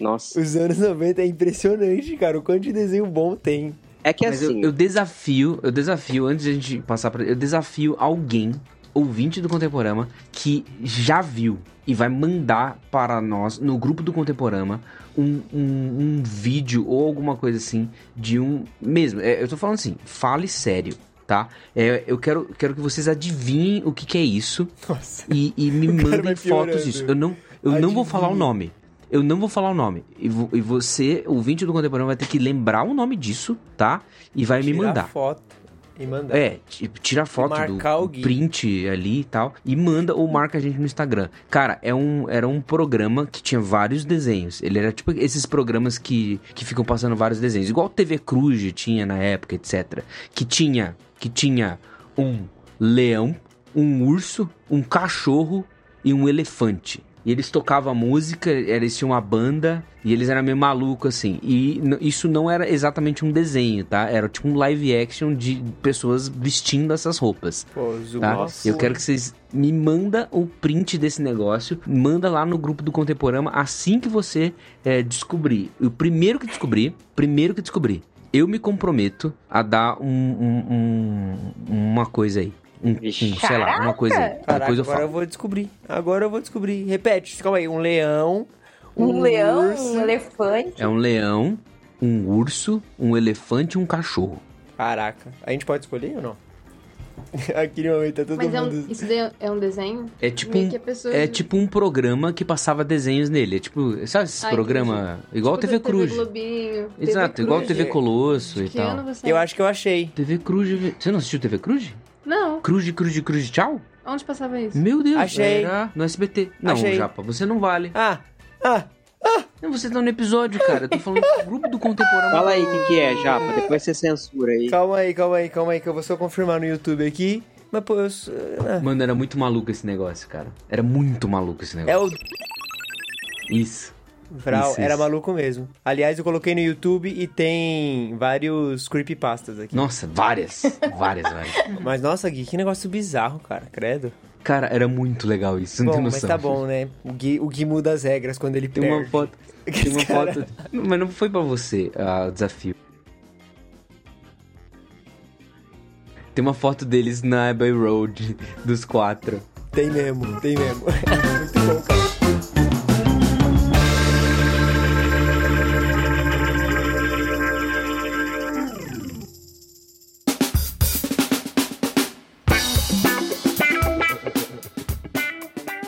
J: Nossa.
A: Os anos 90 é impressionante, cara, o quanto de desenho bom tem.
J: É que
I: Mas eu-
J: assim,
I: eu, desafio, eu desafio, antes de a gente passar pra. Eu desafio alguém, ouvinte do Contemporama, que já viu e vai mandar para nós, no grupo do Contemporama, um, um- um vídeo ou alguma coisa assim de um. Mesmo, é, eu tô falando assim, fale sério, tá? É, eu quero, quero que vocês adivinhem o que, que é isso
A: Nossa.
I: e, e me
A: cara vai
I: mandem
A: né?
I: fotos
A: piorando.
I: disso. Eu não, eu não vou
A: Adivinha.
I: falar o nome. Eu não vou falar o nome. E, vo- e você, ouvinte do Contemporâneo, vai ter que lembrar o nome disso, tá? E vai me
A: Tirar
I: mandar.
A: foto e mandar.
I: É, ti- tira a foto do
A: Marcar
I: do
A: alguém.
I: print ali e tal. E manda ou marca a gente no Instagram. Cara, é um, era um programa que tinha vários desenhos. Ele era tipo esses programas que, que ficam passando vários desenhos. Igual TV Cruz tinha na época, etc. Que tinha, que tinha um leão, um urso, um cachorro e um elefante. E eles tocavam música, eles tinham uma banda, e eles eram meio malucos, assim. E n- isso não era exatamente um desenho, tá? Era tipo um live action de pessoas vestindo essas roupas,
A: Pô, zoom,
I: tá?
A: nossa.
I: Eu quero que vocês me manda o print desse negócio, manda lá no grupo do é, Contemporama assim que você eh, descobrir. O primeiro que descobrir, primeiro que descobrir, eu me comprometo a dar um, um- um- uma coisa aí. Um, um, sei lá, uma coisa. aí.
A: Caraca,
I: Depois eu
A: agora eu
I: falo.
A: vou descobrir. Agora eu vou descobrir. Repete, calma aí. Um leão.
H: Um leão,
A: urso.
H: um elefante.
I: É um leão, um urso, um elefante e um cachorro.
A: Caraca. A gente pode escolher ou não? Aqui no momento tá todo
G: Mas é um,
A: mundo.
G: isso daí é um desenho?
I: É tipo
G: Meio
I: um,
G: que a pessoa-
I: é tipo um programa que passava desenhos nele. É tipo, sabe esses
G: Ah,
I: programa igual
G: tipo
I: TV
G: da
I: Cruz.
G: TV Globinho.
I: Exato,
G: TV
I: igual
G: Cruz.
A: É.
I: TV Colosso e
G: Que
I: tal.
G: ano você é?
A: Eu acho que eu achei.
I: TV Cruz. Você não assistiu TV Cruz?
G: Não,
I: Cruz, Cruz, Cruz, tchau?
G: onde passava isso?
I: Meu Deus,
A: Achei.
I: era no SBT. Não,
A: Achei.
I: Japa, você não vale.
A: Ah, ah.
I: Não, você tá no episódio, cara. Eu tô falando do grupo do contemporâneo.
J: Fala aí o que, que é, Japa. Depois você censura aí.
A: Calma aí, calma aí, calma aí, que eu vou só confirmar no YouTube aqui. Mas, pô, eu. sou- ah.
I: Mano, era muito maluco esse negócio, cara. Era muito maluco esse negócio.
A: É o
I: Isso.
A: Vral,
I: Isso,
A: era
I: isso.
A: maluco mesmo. Aliás, eu coloquei no YouTube e tem vários creepypastas aqui.
I: Nossa, várias. Várias, várias.
G: Hum.
A: Mas nossa, Gui, que negócio bizarro, cara, credo.
I: Cara, era muito legal isso. Você Não
A: bom,
I: tem
A: mas
I: noção.
A: tá bom, né? O Gui, o Gui muda as regras quando ele
I: Tem uma
A: perde.
I: foto. Tem uma
A: Cara.
I: foto. Mas não foi pra você ah, o desafio. Tem uma foto deles na Abbey Road, dos quatro.
A: Tem mesmo, tem mesmo. Muito bom, cara.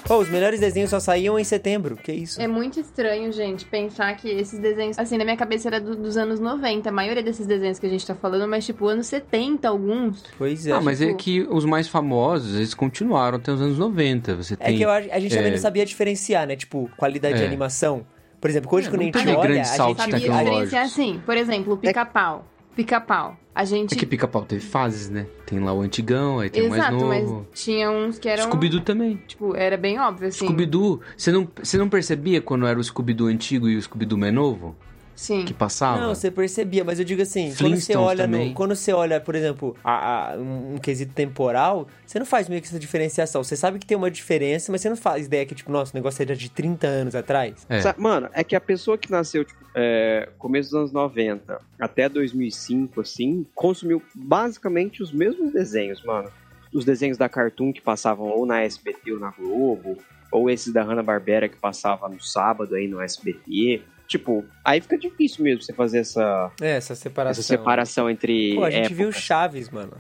A: Pô, os melhores desenhos só saíam em setembro. Que isso?
G: É muito estranho, gente, pensar que esses desenhos. Assim, na minha cabeça era do- dos anos 90, a maioria desses desenhos que a gente tá falando, mas tipo, anos 70, alguns.
A: Pois é.
I: Ah, mas é
G: tipo-
I: que os mais famosos, eles continuaram até os anos 90. Você
A: É
I: tem...
A: que eu acho- a gente também
I: é.
A: não sabia diferenciar, né? Tipo, qualidade de
I: É.
A: animação. Por exemplo, hoje
I: É,
A: quando a
I: não
A: gente
I: teve
A: olha,
I: grande
A: a
I: salto
A: gente
G: Sabia
I: tecnológicos.
G: diferenciar assim. Por exemplo, o pica-pau. Pica-pau. A gente.
I: É que pica-pau teve fases, né? Tem lá o antigão, aí tem
G: Exato,
I: o mais novo.
G: mas um tinha uns que eram.
I: Scooby-Doo também.
G: Tipo, era bem óbvio, assim.
I: Scooby-Doo, você não, você não percebia quando era o Scooby-Doo antigo e o Scooby-Doo mais novo?
G: Sim.
I: Que passava?
A: Não, você percebia, mas eu digo assim, quando você
I: Flintstones
A: olha, no-
I: também.
A: quando você olha, por exemplo, a- a- um, um quesito temporal, você não faz meio que essa diferenciação. Você sabe que tem uma diferença, mas você não faz ideia que, tipo, nossa, o negócio era de 30 anos atrás.
I: É.
J: Sa- Mano, é que a pessoa que nasceu, tipo, é, começo dos anos 90 até 2005, assim, consumiu basicamente os mesmos desenhos, mano. Os desenhos da Cartoon que passavam ou na SBT ou na Globo, ou esses da Hanna-Barbera que passava no sábado aí no SBT. Tipo, aí fica difícil mesmo você fazer essa,
A: É, essa separação.
J: essa É, separação entre
A: Pô, a gente viu
J: épocas.
A: Chaves, mano.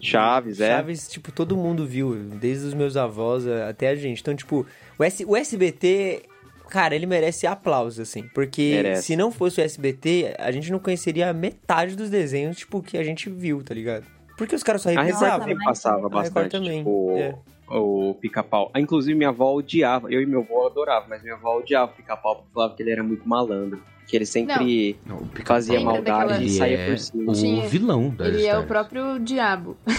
J: Chaves, é.
A: Chaves, tipo, todo mundo viu, desde os meus avós a- até a gente. Então, tipo, o, S- o SBT, cara, ele merece aplauso, assim. Porque
J: Merece.
A: se não fosse o SBT, a gente não conheceria metade dos desenhos, tipo, que a gente viu, tá ligado? Porque os caras só
J: A é Record
A: reprisavam.
J: também passava bastante.
A: né? também,
J: Tipo,
A: é.
J: o pica-pau. Ah, Inclusive, minha avó odiava. Eu e meu avô adorava, mas minha avó odiava o pica-pau porque falava que ele era muito malandro. Que ele sempre
I: Não, o pica-pau,
J: fazia
G: Lembra
J: maldade
G: daquela-
J: e
I: ele
J: saía
I: é
J: por cima.
I: o
G: Tinha-
I: vilão da
G: Ele é
I: história.
G: o próprio diabo.
I: É igual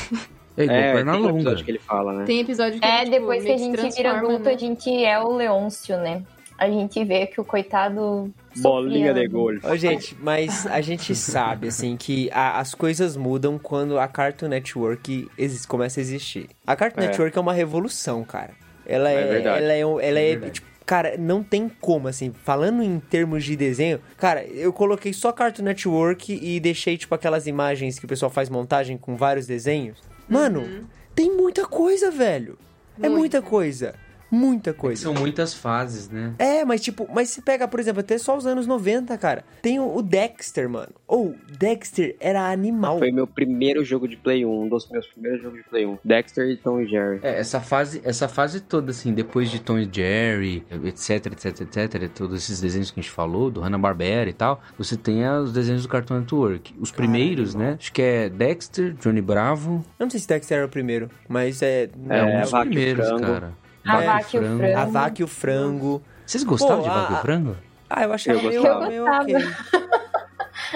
J: É, tem um
I: Pernalonga.
J: episódio que ele fala, né?
G: Tem episódio que
H: É,
G: ele, tipo,
H: depois que
G: meio
H: a gente vira
G: transforma,
H: adulto,
G: né?
H: a gente é o Leôncio, né? A gente vê que o coitado.
J: Bolinha de
A: né?
H: sofria.
J: golfe.
A: Ô, gente, mas a gente sabe, assim, que a- as coisas mudam quando a Cartoon Network exi- começa a existir. A Cartoon
J: É.
A: Network é uma revolução, cara. Ela é.
J: É verdade.
A: Ela é, um- ela é,
I: verdade.
A: tipo, cara, não tem como, assim, falando em termos de desenho, cara, eu coloquei só Cartoon Network e deixei, tipo, aquelas imagens que o pessoal faz montagem com vários desenhos. Mano, tem muita coisa, velho. É muita coisa. Muita coisa.
I: São muitas fases, né?
A: É, mas tipo, mas se pega, por exemplo, até só os anos 90, cara. Tem o o Dexter, mano. Ou, Dexter era animal.
J: Foi meu primeiro jogo de Play 1, um dos meus primeiros jogos de Play 1. Dexter e Tom e Jerry.
I: É, essa fase, essa fase toda, assim, depois de Tom e Jerry, etc, etc, etc, todos esses desenhos que a gente falou, do Hanna-Barbera e tal, você tem ah, os desenhos do Cartoon Network. Os primeiros, né? Acho que é Dexter, Johnny Bravo.
A: Eu não sei se Dexter era o primeiro, mas é.
I: É,
J: É,
I: um dos
J: Vaca e o
I: primeiros,
J: Frango.
I: cara.
J: Ah,
H: A
I: Vaca e
H: Vaca e
I: um
H: o Frango.
A: A vaca e o frango.
I: Vocês gostavam
A: Pô,
I: de Vaca
A: a-
I: e o Frango?
A: Ah, eu achava
J: Eu
A: meio,
J: gostava.
A: meio ok.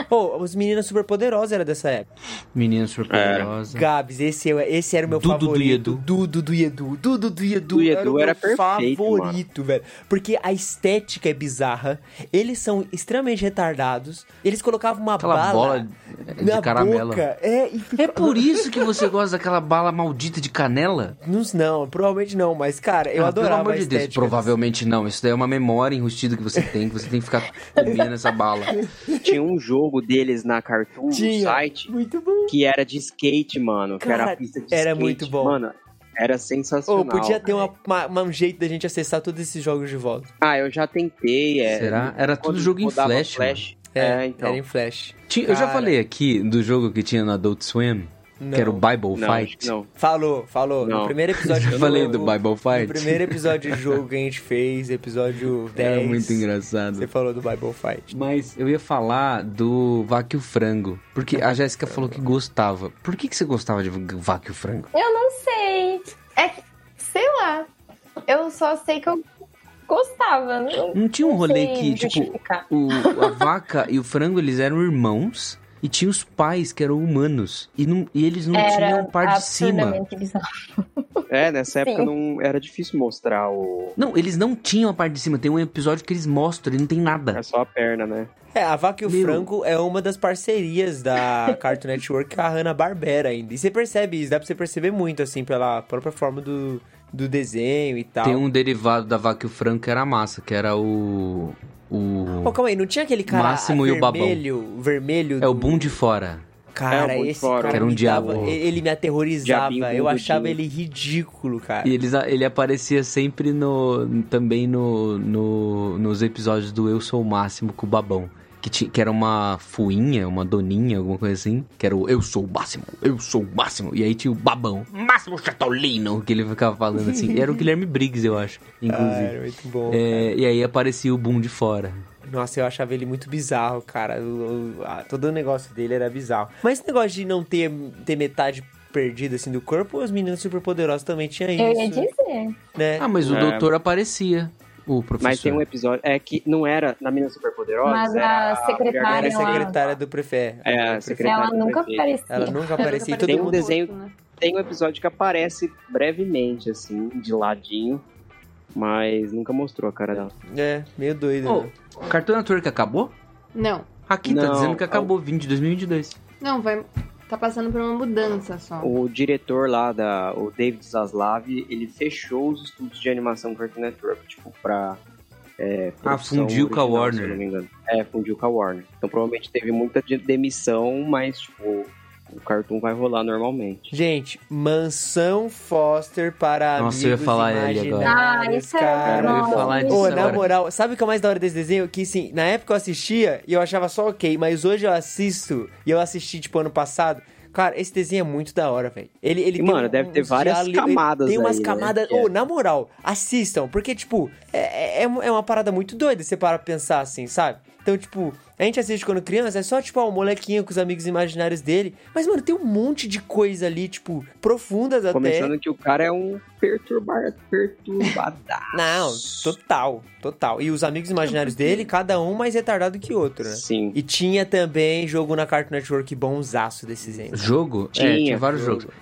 A: Pô, os meninas super poderosas era dessa época.
I: Menina Superpoderosa.
J: É.
A: Gabs, esse, eu- esse era o meu
I: Dudu do
A: favorito.
I: Edu.
A: Dudu do Edu. Dudu do Edu.
J: Do
A: era o
J: Edu
A: meu
J: era perfeito,
A: favorito, velho. Porque a estética é bizarra. Eles são extremamente retardados. Eles colocavam uma
I: Aquela
A: bala
I: bola de
A: na
I: caramelo.
A: boca. É, e
I: É por isso que você gosta daquela bala maldita de canela?
A: Não, não, provavelmente não, mas cara, eu
I: Ah,
A: adorava
I: Pelo amor
A: a
I: de
A: estética.
I: Deus, provavelmente não. Isso daí é uma memória enrustida que você tem, que você tem que ficar comendo essa bala.
J: Tinha um jogo deles na Cartoon, no
A: Tinha.
J: site,
A: Muito bom.
J: que era de skate, mano. que era
A: Cara,
J: a pista de skate.
A: era muito bom.
J: Mano, era
A: Ou
J: sensacional.
A: podia ter
J: é.
A: uma- uma- uma- um jeito da gente acessar todos esses jogos de volta.
J: Ah, eu já tentei. É,
I: Será? Era tudo
J: Quando
I: jogo em
J: rodava
I: flash.
J: É, então.
A: Era em Flash.
I: mano. Tinha- eu já
J: Cara.
I: falei aqui do jogo que tinha no Adult Swim,
A: Não.
I: que era o Bible
J: Não, acho
I: Fight.
J: que não.
A: Falou, falou. No
J: Não.
A: primeiro episódio
I: Eu falei do
A: jogo-
I: Bible
A: No
I: Fight.
A: primeiro episódio de jogo que a gente fez, episódio 10.
I: Era muito engraçado.
A: Você falou do Bible Fight.
I: Mas eu ia falar do Vaque o Frango. Porque a Jéssica falou que gostava. Por que, que você gostava de Vaque o Frango?
H: Eu não sei. É, que- sei lá. Eu só sei que eu gostava. Não,
I: Não tinha um
H: não
I: rolê
H: sei
I: que, tipo,
H: justificar.
I: o, a vaca e o frango, eles eram irmãos. E tinha os pais que eram humanos. E, não, e eles não tinham o par de cima.
H: absurdamente bizarro.
J: É, nessa
H: Sim.
J: época não era difícil mostrar o.
I: Não, eles não tinham a parte de cima. Tem um episódio que eles mostram e não tem nada.
J: É só a perna, né?
A: É, a Vaca e o
I: Meu.
A: Frango é uma das parcerias da Cartoon Network com a Hanna-Barbera ainda. E você percebe isso, dá pra você perceber muito, assim, pela própria forma do, do desenho e tal.
I: Tem um derivado da vaca e o frango que era a massa, que era o. O.
A: Pô, calma aí, não tinha aquele cara
I: Máximo e o Babão.
A: vermelho, vermelho
I: É o
A: do-
I: boom de fora.
A: Cara,
J: É, o Bom de
A: esse
J: Fora.
A: cara
I: Era um
A: me dava-
I: diabo.
A: ele me aterrorizava,
J: Diabinho
A: eu
J: bundudinho.
A: achava ele ridículo, cara.
I: E eles, ele aparecia sempre no, também no, no- nos episódios do Eu Sou o Máximo com o Babão. Que, ti- que era uma fuinha, uma doninha, alguma coisa assim. Que era o Eu Sou o Máximo, Eu Sou o Máximo. E aí tinha o Babão, Máximo Chatolino, que ele ficava falando assim. E era o Guilherme Briggs, eu acho,
A: Ah,
I: inclusive.
A: era muito bom.
I: É, e aí aparecia o Boom de fora.
A: Nossa, eu achava ele muito bizarro, cara. O- o- a- todo o negócio dele era bizarro. Mas esse negócio de não ter, ter metade perdida, assim, do corpo, as meninas superpoderosas também tinham
H: Eu ia
A: isso,
H: dizer.
A: né?
I: Ah, mas o
J: É.
I: doutor aparecia, o professor.
J: Mas tem um episódio. É que não era na Mina Superpoderosa.
H: Mas
J: era
H: a secretária
A: Ela
J: mulher
A: era
J: do
A: secretária
H: lá-
J: prefeito.
A: do prefeito.
J: É, a secretária
H: Ela
J: do
H: nunca
J: prefeito.
H: aparecia.
A: Ela nunca aparecia e todo
J: Tem um
A: mundo... é
J: desenho-
G: Né?
J: Tem um episódio que aparece brevemente, assim, de ladinho. Mas nunca mostrou a cara dela.
A: É, meio doido,
I: Ô,
A: né?
I: Cartoon Network acabou?
G: Não,
I: Aqui tá
J: Não,
I: dizendo que
J: é o-
I: acabou, 20 de 2022.
G: não, vai. Tá passando por uma mudança só.
J: O diretor lá, da, o David Zaslav, ele fechou os estúdios de animação Cartoon Network, tipo, pra... É,
I: Ah,
J: produção
I: fundiu com a
J: original,
I: Warner.
J: se eu não me engano. É, fundiu com a Warner. Então provavelmente teve muita de- demissão, mas, tipo, o Cartoon vai rolar normalmente.
A: Gente, Mansão Foster para
I: Nossa,
A: amigos
I: eu ia falar ele
A: imaginários,
I: agora.
H: Ah, isso é
A: cara.
J: Cara, eu ia
H: nossa.
I: falar disso
A: Ô,
I: Isso
A: na
I: agora.
A: moral, sabe o que é o mais da hora desse desenho? Que, assim, na época eu assistia e eu achava só ok, mas hoje eu assisto e eu assisti, tipo, ano passado. Cara, esse desenho é muito da hora, velho. Ele, ele
J: E,
A: tem
J: mano, deve ter
A: uns
J: várias
A: diálogos- ele
J: camadas
A: Tem umas
J: aí, né?
A: camadas...
J: É.
A: Ô, na moral, assistam, porque, tipo, é, é, é um- é uma parada muito doida você para pra pensar assim, sabe? Então, tipo, a gente assiste quando criança, é só, tipo, ó, o molequinho com os amigos imaginários dele. Mas, mano, tem um monte de coisa ali, tipo, profundas até.
J: Começando que o cara é um perturbar, perturbadaço.
A: Não, total, total. E os amigos imaginários dele, cada um mais retardado que o outro, né?
J: Sim.
A: E tinha também jogo na Cartoon Network bonzaço desses anos.
I: Jogo? é,
J: Tinha,
I: tinha vários
A: jogo.
I: jogos.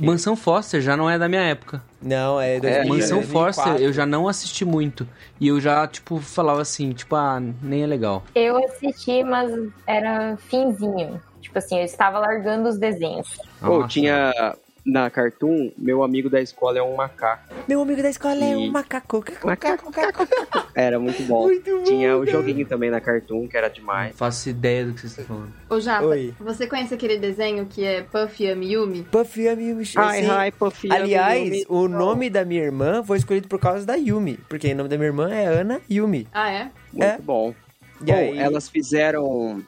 I: Mansão Foster já não é da minha época.
A: Não, é 2000,
I: Mansão
A: 2004.
I: Foster eu já não assisti muito. E eu já, tipo, falava assim, tipo, ah, nem é legal.
H: Eu assisti, mas era finzinho. Tipo assim, eu estava largando os desenhos.
J: Ou
I: Nossa.
J: tinha na Cartoon, meu amigo da escola é um macaco.
A: Meu amigo da escola é um
J: E-
A: macaco.
J: Macaco, Era muito bom.
A: Muito bom,
J: tinha o
A: cara.
J: joguinho também na Cartoon, que era
I: Não
J: demais.
I: faço ideia do que vocês estão falando.
G: Ô, Japa,
A: Oi.
G: você conhece aquele desenho que é Puff Yumi Yumi?
A: Puff Yumi Yumi Sim.
J: Puffy.
A: Aliás, o nome da minha irmã foi escolhido por causa da Yumi. Porque o nome da minha irmã é Ana Yumi.
G: Ah, é?
J: Muito
A: é.
J: bom.
A: E
J: bom,
A: aí-
J: elas fizeram.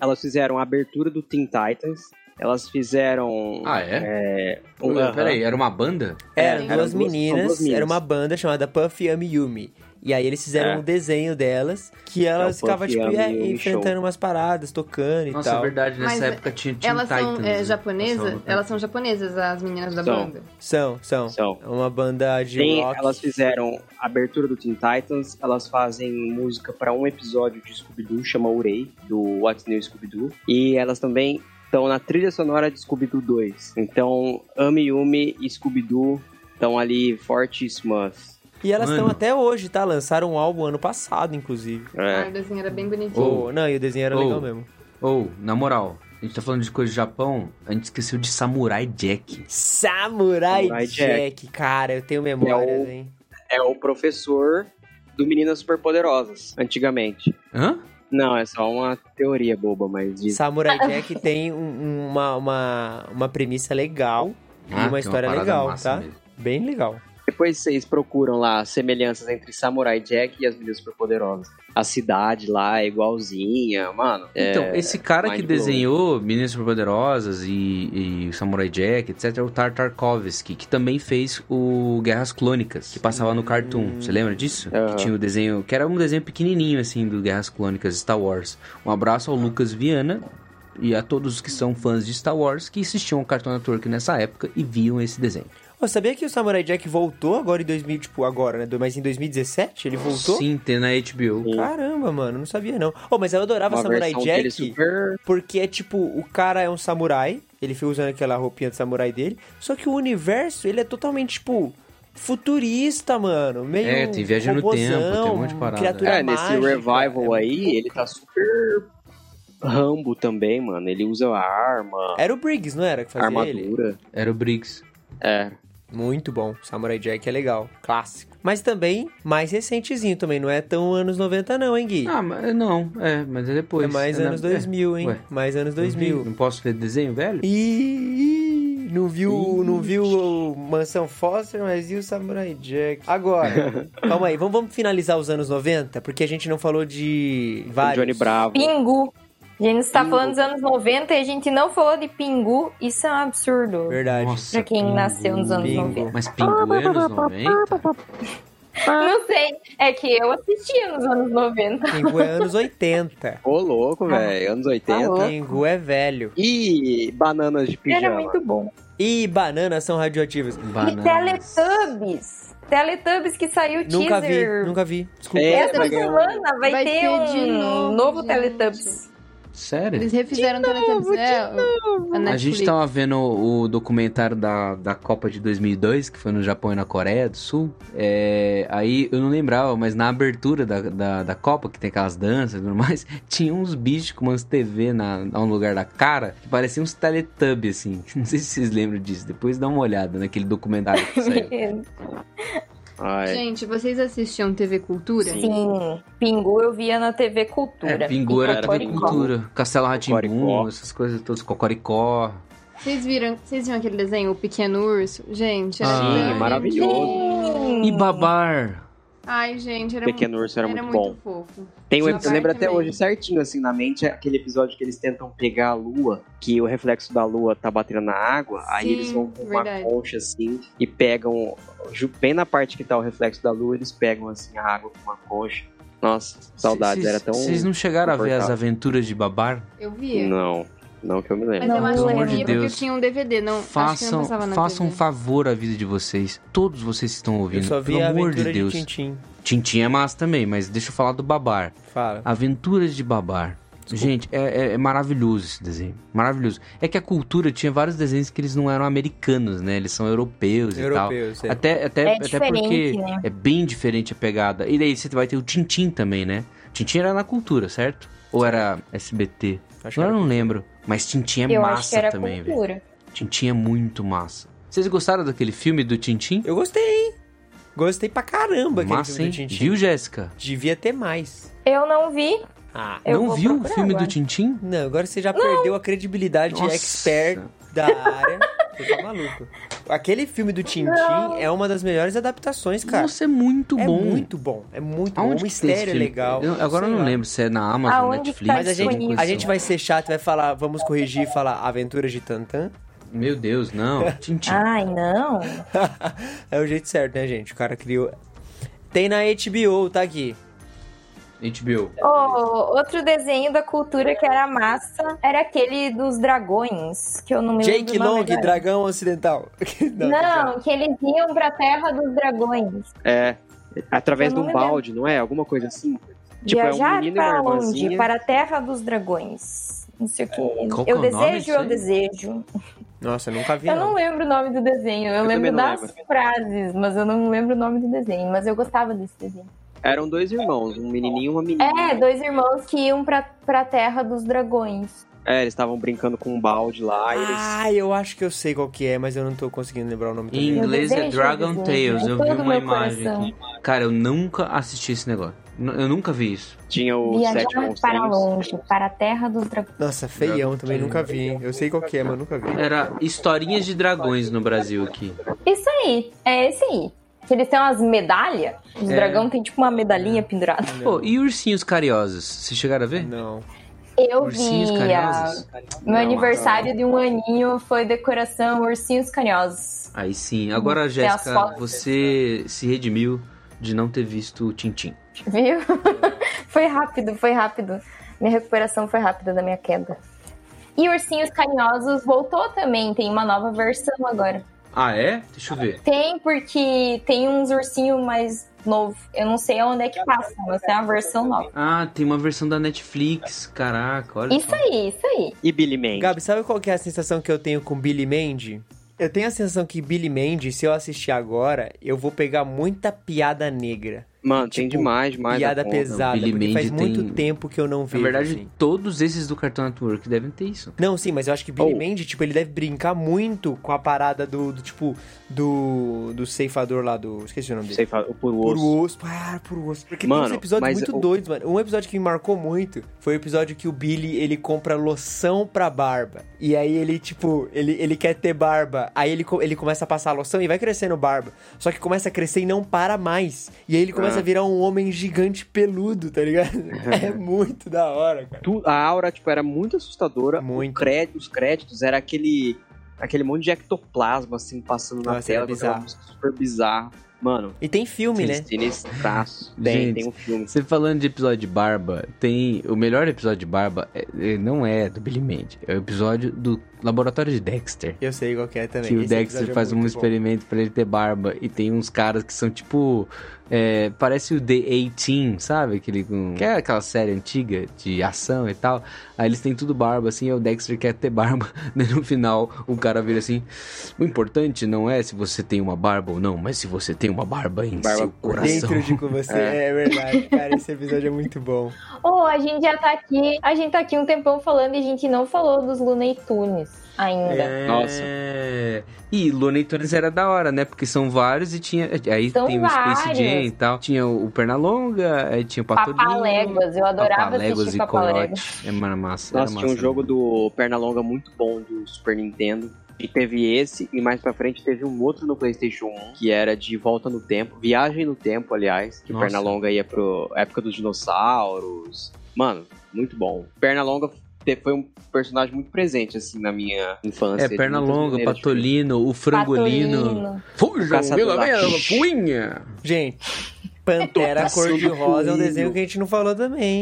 J: Elas fizeram a abertura do Teen Titans. Elas fizeram.
I: Ah, é? Pô,
J: um- aham.
I: Peraí, era uma banda?
A: Eram
G: Eram
A: duas,
J: duas-
A: meninas,
J: são duas meninas.
A: era uma banda chamada Puff Yummy Yumi. E aí eles fizeram
J: É.
A: um desenho delas, que elas
J: É o
A: ficavam,
J: Puff
A: tipo,
J: Yummy
A: é,
J: Yumi
A: enfrentando umas paradas, tocando e
I: Nossa, é
A: tal.
I: verdade, nessa
G: Mas,
I: época tinha Teen
G: Elas
I: Titans.
G: são
I: né?
G: é, japonesas?
I: Passava-
G: Elas são japonesas, as meninas da
J: São.
G: banda.
A: São, são.
J: São.
A: É uma banda de
J: Então, Tem-
A: rock.
J: elas fizeram a abertura do Teen Titans, elas fazem música para um episódio de Scooby-Doo, chama Urei, do What's New Scooby-Doo, e elas também estão na trilha sonora de Scooby-Doo 2. Então, Ami Yumi e Scooby-Doo estão ali fortíssimas.
A: E elas estão
I: Mano.
A: até hoje, tá? Lançaram um álbum ano passado, inclusive.
H: é.
J: É.
G: Ah, o desenho era bem bonitinho.
I: Ou-
A: Oh. não, e o desenho era
I: Oh.
A: legal mesmo.
I: Ou, na moral, a gente tá falando de coisa de Japão, a gente esqueceu de Samurai Jack.
A: Samurai,
J: Samurai
A: Jack.
J: Jack.
A: cara, eu tenho memórias,
J: É o-
A: hein?
J: É o professor do Meninas Superpoderosas, antigamente.
I: Hã?
J: Não, é só uma teoria boba, mas diz.
A: Samurai Jack tem um- uma, uma, uma premissa legal
I: Ah,
A: e
I: tem
A: uma história
I: parada
A: legal,
I: massa
A: tá?
I: mesmo.
A: Bem legal.
J: Depois vocês procuram lá as semelhanças entre Samurai Jack e as Meninas Superpoderosas. A cidade lá é igualzinha, mano.
I: Então,
J: é...
I: esse cara que
J: mind blowing.
I: desenhou Meninas Superpoderosas e, e Samurai Jack, etc, é o Tartarkovsky, que também fez o Guerras Clônicas, que passava no Cartoon. Você lembra disso? Que
J: Aham.
I: tinha o desenho, que era um desenho pequenininho assim do Guerras Clônicas Star Wars. Um abraço ao Lucas Viana e a todos os que são fãs de Star Wars que assistiam ao Cartoon Network nessa época e viam esse desenho.
A: Ô, sabia que o Samurai Jack voltou agora em 2000, tipo, agora, né? Mas em 2017 ele voltou?
I: Sim, tem na HBO.
A: Caramba, mano, não sabia não. Ô, mas eu adorava
J: Uma
A: Samurai
J: versão dele
A: Jack.
J: super...
A: Porque é tipo, o cara é um samurai, ele fica usando aquela roupinha de samurai dele, só que o universo, ele é totalmente, tipo, futurista, mano. Meio
I: É, tem viagem no
A: robozão,
I: tempo, tem um monte de parada.
A: Criatura
J: É, nesse
A: mágica.
J: revival
A: É muito
J: aí, ele
A: louco, cara.
J: tá super Rambo também, mano. Ele usa a arma,
A: Era o Briggs, não era? Que fazia É, ele?
J: armadura.
I: Era o Briggs.
J: É.
A: Muito bom. Samurai Jack é legal, clássico. Mas também, mais recentezinho também, não é tão anos 90 não, hein, Gui?
I: Ah, mas não, é, mas é depois.
A: é mais
I: na-
A: anos
I: é,
A: 2000, hein?
I: ué.
A: Mais anos
I: não vi,
A: 2000.
I: Não posso ver desenho velho?
A: Ih, ih, não viu, não viu o Mansão Foster, mas e o Samurai Jack? Agora, calma aí, vamos, vamos finalizar os anos 90, porque a gente não falou de vários.
J: Johnny Bravo.
H: Pingu. A gente está falando dos anos 90 e a gente não falou de Pingu. Isso é um absurdo.
A: Verdade.
H: Pra quem
I: Pingu.
H: nasceu nos anos
A: Pingu.
H: 90.
I: Mas Pingu é anos 90?
H: Não sei. É que eu assistia nos anos 90.
A: Pingu é anos 80.
J: Ô, louco,
A: Ah.
J: velho.
A: Tá
J: Anos 80.
A: Pingu é velho.
J: E bananas de pijama.
H: Era muito bom.
A: E bananas são radioativas.
I: um
H: E
I: Bananas.
H: Teletubbies. Teletubbies que saiu
A: Nunca vi,
H: teaser.
A: nunca vi. Desculpa.
J: É,
H: Essa
J: vai ganhar um-
H: semana vai,
G: Vai
H: ter,
G: ter
H: um
G: de novo,
H: novo
G: gente.
H: Teletubbies.
I: Sério?
G: Eles refizeram o Teletubbies. É, o- a
I: A
G: Netflix.
I: gente
J: tá
I: tava vendo o documentário da, da Copa de 2002, que foi no Japão e na Coreia do Sul. É, aí eu não lembrava, mas na abertura da, da, da Copa, que tem aquelas danças e tudo mais, tinha uns bichos com umas TV na, no lugar da cara, que pareciam uns Teletubbies, assim. Não sei se vocês lembram disso. Depois dá uma olhada naquele documentário que saiu.
J: Ai.
G: Gente, vocês assistiam TV Cultura?
H: Sim. Pingu eu via na TV Cultura.
I: É, Pingu era
H: E
I: TV
H: Cocoricó.
I: Cultura. Castelo Ratimbum,
J: Cocoricó.
I: essas coisas todas, Cocoricó.
G: Vocês viram, vocês viram aquele desenho, O Pequeno Urso? Gente, era
I: Sim,
G: tão
J: Ah, maravilhoso.
H: Sim.
I: E Babar.
G: Ai, gente, era
J: Pequeno
G: muito,
J: Urso era muito bom.
G: fofo.
J: Tem um,
G: Sim.
J: episódio- eu lembro até
G: Também.
J: hoje certinho, assim, na mente, é aquele episódio que eles tentam pegar a lua, que o reflexo da lua tá batendo na água, aí
G: Sim,
J: eles vão com
G: verdade.
J: uma concha, assim, e pegam, ju- bem na parte que tá o reflexo da lua, eles pegam, assim, a água com uma concha. Nossa, saudades,
I: Cês-
J: era tão...
I: Vocês não chegaram a ver as
J: confortável.
I: aventuras de Babar?
G: Eu via.
J: Não, não que eu me
G: Mas
J: lembro.
G: eu
H: Não,
G: acho
H: pelo
G: que eu
H: amor de
G: via porque eu
I: Deus.
G: tinha um DVD, não, acho que não
I: façam
G: passava na
I: façam um
G: TV.
I: favor à vida de vocês. Todos vocês que estão
A: Eu
I: ouvindo.
A: só vi
I: pelo
A: a
I: amor
A: aventura
I: de
A: de,
I: Deus.
A: Tintim.
I: Tintin é massa também, mas deixa eu falar do Babar.
A: Fala.
I: Aventuras de Babar. Gente, é, é- é maravilhoso esse desenho. Maravilhoso. É que a cultura tinha vários desenhos que eles não eram americanos, né? Eles são europeus, e
A: Europeu, sei.
I: tal. Até, até,
H: É
I: até
H: diferente,
I: porque
H: né?
I: é bem diferente a pegada. E daí você vai ter o Tintim também, né? Tintim era na cultura, certo? Ou era SBT?
A: Acho que
I: Agora
A: era.
I: eu não lembro. Mas Tintim é
H: eu acho que
I: massa
H: era
I: também, velho.
H: cultura.
I: Tintin é muito massa. Vocês gostaram daquele filme do Tintin?
A: Eu gostei, hein? Gostei pra caramba aquele
I: Massa,
A: filme
I: hein?
A: do Tintim.
I: Viu, Jéssica?
A: Devia ter mais.
H: Eu não vi.
A: Ah,
H: Eu
I: Não
H: vou
I: viu o
H: procurar
I: filme
H: agora.
I: do Tintin?
A: Não, agora você já perdeu a credibilidade de
I: Nossa.
A: expert da área. Você tá maluco. Aquele filme do Tintin é uma das melhores adaptações, cara.
I: Nossa, é muito
A: é
I: bom.
A: muito bom. É muito bom.
I: Aonde
A: O
I: que tem esse
A: mistério é
I: filme?
A: legal.
I: Eu- agora eu
A: Sei
I: não
A: lá.
I: lembro se é na Amazon,
H: Aonde que
I: Netflix.
H: tá
A: Mas a gente,
H: disponível?
A: a gente vai ser chato e vai falar, vamos corrigir e falar Aventuras de Tantan.
I: assim. Meu Deus,
H: Ah.
I: não. Tintin.
H: Ai, não.
A: é o jeito certo, né, gente? O cara criou. Tem na HBO, tá aqui.
I: HBO.
H: Ô, outro desenho da cultura que era massa era aquele dos dragões, que eu não me lembro.
A: Jake
H: o nome
A: Long,
H: agora.
A: Dragão Ocidental. Não, tô
H: Não, que eles iam pra terra dos dragões.
J: É, através
H: Eu
J: de
H: não
J: um
H: lembro.
J: balde, não é? Alguma coisa assim. Tipo, é um
H: Viajar
J: menino e uma
H: para onde?
J: irmãzinha.
H: Para a terra dos dragões. Não sei o que.
I: Qual que é
H: eu
I: o nome
H: desejo,
I: disso
H: eu
I: aí?
H: desejo.
A: Nossa, eu nunca vi.
H: Eu não lembro o nome do desenho. Eu,
J: Eu também
H: lembro
J: não
H: das
J: lembro.
H: frases, mas eu não lembro o nome do desenho. Mas eu gostava desse desenho.
J: Eram dois irmãos, um menininho e uma menina.
H: É, dois irmãos que iam pra, pra terra dos dragões.
J: É, eles estavam brincando com um balde lá, e eles...
A: Ah, eu acho que eu sei qual que é, mas eu não tô conseguindo lembrar o nome
I: Em
A: também.
H: Eu
I: inglês é
H: desejo,
I: Dragon
H: desejo,
I: Tales.
H: com
I: Eu vi
H: todo
I: uma
H: meu
I: imagem
H: coração.
I: aqui. Cara, eu nunca assisti esse negócio. N- Eu nunca vi isso.
J: Tinha o
H: Viajar
J: Sete Monstros.
H: para longe, para a terra dos dragões.
A: Nossa, feião também, nunca vi, hein? Eu sei qual que é, mas nunca vi.
I: Era historinhas de dragões no Brasil aqui.
H: Isso aí, é esse aí. Que Eles têm umas medalhas. Os
I: É.
H: dragão tem tipo uma medalhinha pendurada.
I: Pô, e ursinhos carinhosos? Vocês chegaram a ver?
A: Não.
H: Eu
I: Ursinhos
H: vi.
I: carinhosos?
H: Meu aniversário de um aninho foi decoração ursinhos carinhosos.
I: Aí sim. Agora,
H: Tem as
I: Jéssica,
H: fotos.
I: você se redimiu de não ter visto o Tintim.
H: Viu? foi rápido, foi rápido. Minha recuperação foi rápida da minha queda. E Ursinhos Carinhosos voltou também, tem uma nova versão agora.
I: Ah, é? Deixa eu ver.
H: Tem porque tem uns ursinhos mais novo. Eu não sei onde é que passa, mas tem uma versão nova.
I: Ah, tem uma versão da Netflix. Caraca, olha
H: Isso
I: só.
H: aí, isso aí.
J: E Billy Man.
A: Gabi, sabe qual que é a sensação que eu tenho com Billy Mandy? Eu tenho a sensação que Billy Mandy, se eu assistir agora, eu vou pegar muita piada negra.
J: Mano, tem
A: Tipo,
J: demais, mais.
A: piada pesada,
I: Billy
A: porque faz
I: Mandy
A: muito
I: tem-
A: tempo que eu não
I: Na
A: vejo.
I: verdade,
A: assim.
I: todos esses do Cartoon Network devem ter isso.
A: Não, sim, mas eu acho que Billy
J: Oh.
A: Mandy, tipo, ele deve brincar muito com a parada do, do, tipo, do, do ceifador lá do... Esqueci o nome dele.
J: Sei, fa- o por
A: Por
J: osso.
A: osso, para, por osso. Porque tem
J: Mano,
A: uns episódios
J: mas
A: muito
J: o-
A: doidos, mano. Um episódio que me marcou muito foi o episódio que o Billy, ele compra loção pra barba. E aí ele, tipo, ele, ele quer ter barba. Aí ele, co- ele começa a passar a loção e vai crescendo barba. Só que começa a crescer e não para mais. E aí ele começa
J: Ah.
A: a virar um homem gigante peludo, tá ligado? é muito da hora, cara.
J: Tu- a aura, tipo, era muito assustadora. O
A: Muito.
J: cré- os créditos era aquele. Aquele monte de ectoplasma, assim, passando na
A: Nossa,
J: tela.
A: era
J: com aquela
A: bizarro.
J: música super bizarro. Mano,
A: E tem filme, né?
J: sinistraço. Tem,
I: Gente.
J: tem um filme.
I: Você falando de episódio de barba, tem. O melhor episódio de barba é- é- não é do Billy Mandy, é o episódio do Laboratório de Dexter.
A: Eu sei qual que é também.
I: Que o
A: Esse
I: Dexter
A: episódio é
I: faz um
A: muito bom.
I: experimento pra ele ter barba. E tem uns caras que são tipo. é, parece o The A-Team, sabe? Aquele com. Que é aquela série antiga de ação e tal. Aí eles têm tudo barba, assim. E o Dexter quer ter barba. Daí no final o cara vira assim. O importante não é se você tem uma barba ou não, mas se você tem uma barba em
J: Barba
I: seu coração.
A: Dentro de com você, é. verdade, cara. Esse episódio é muito bom.
H: Oh, a gente já tá aqui. A gente tá aqui um tempão falando e a gente não falou dos Looney Tunes ainda.
I: É...
J: Nossa.
I: E Looney Tunes era da hora, né? Porque são vários e tinha. Aí
H: São
I: tem o Space
H: vários.
I: Jam e tal. Tinha o o Pernalonga, aí tinha o Patolino.
H: Papaléguas, eu adorava
I: tá Papaléguas
H: assistir
I: e
H: Papaléguas.
I: Corote. É uma massa. era
J: Nossa, tinha um
I: massa,
J: jogo
I: né?
J: do Pernalonga muito bom do Super Nintendo. E teve esse, e mais pra frente teve um outro no PlayStation 1, que era de Volta no Tempo, Viagem no Tempo, aliás, que o
I: Nossa.
J: Pernalonga ia pro Época dos Dinossauros. Mano, muito bom. Pernalonga te- foi um personagem muito presente, assim, na minha infância.
I: É,
J: de
I: Pernalonga,
J: muitas maneiras
I: Patolino, o Frangolino.
H: Patolino.
J: O
I: Fujam
J: caçador
I: pela
J: da
I: minha
J: Xuxa.
I: punha!
A: Gente, Pantera
J: Dotação do
A: Cor-de-Rosa é um
J: coelho.
A: desenho que a gente não falou também, hein?